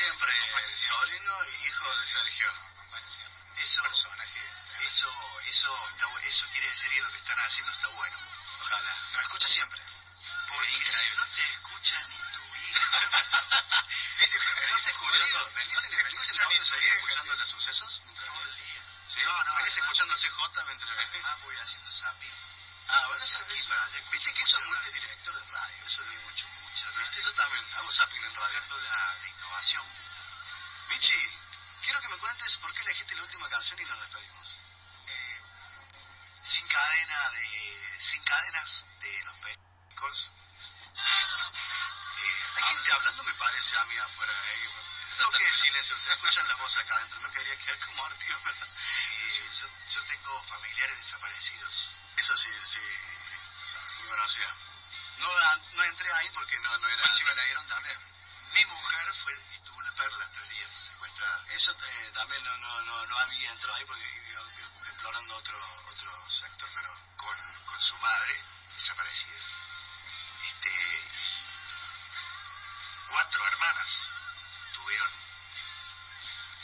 Speaker 2: sobrino e hijo de Sergio. Eso,
Speaker 1: personaje.
Speaker 2: eso, eso, está- eso quiere decir que lo que están haciendo está bueno. Ojalá.
Speaker 1: Nos escucha siempre.
Speaker 2: Porque si no te escucha ni tu hija.
Speaker 1: Viste,
Speaker 2: ¿Estás escuchando? ¿Felices
Speaker 1: no
Speaker 2: y
Speaker 1: te
Speaker 2: felices
Speaker 1: escucha ni
Speaker 2: ahora
Speaker 1: tu
Speaker 2: seguís
Speaker 1: vieja,
Speaker 2: escuchando
Speaker 1: tío.
Speaker 2: los sucesos? Mientras vos leías.
Speaker 1: Sí, no, no,
Speaker 2: Venís
Speaker 1: además-
Speaker 2: escuchando CJ mientras...
Speaker 1: Además voy haciendo zapping.
Speaker 2: Ah, bueno, eso
Speaker 1: Aquí
Speaker 2: es
Speaker 1: para allá,
Speaker 2: Viste que eso es muy de director de radio, eso de mucho, mucho. ¿Viste? Yo también hago zapping en radio.
Speaker 1: La, la innovación.
Speaker 2: Michi, quiero que me cuentes por qué elegiste la última canción y nos despedimos.
Speaker 1: eh, sin cadena de sin cadenas de los periódicos eh,
Speaker 2: Hay gente hablando, me parece, a mí afuera. ¿eh? No que silencio, se escuchan las voces acá adentro. No quería quedar como artigo, ¿verdad?
Speaker 1: eh, yo, yo tengo familiares desaparecidos
Speaker 2: Eso sí, sí. o sea, Muy conocida. No, ah, no entré ahí porque no, no era.
Speaker 1: Conchi me la dieron también
Speaker 2: Mi mujer fue y tuvo una perla tres días secuestrada. Eso eh, también no, no, no, no había entrado ahí porque iba explorando otro, otro sector, pero con, con su madre desaparecida. Este, y cuatro hermanas tuvieron,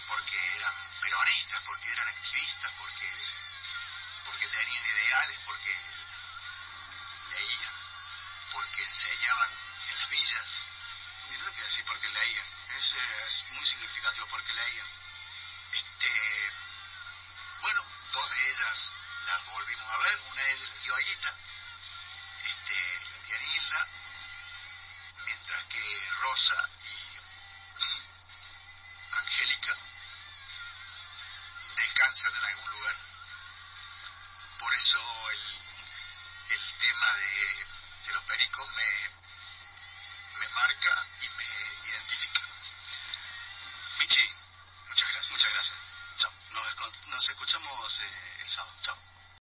Speaker 2: porque eran peronistas, porque eran activistas, porque, porque tenían ideales, porque leían, porque enseñaban en las villas. Yo creo que así porque leían. Es, eh, es muy significativo porque leían. Este, bueno, dos de ellas las volvimos a ver. Una de ellas la tía Olguita, este, la tía Nilda, mientras que Rosa y Angélica descansan en algún lugar. Por eso el, el tema de, de los pericos me, me marca y me identifica. Michi, muchas gracias. Muchas gracias. Chao. Nos, escon- nos escuchamos eh, el sábado. Chao.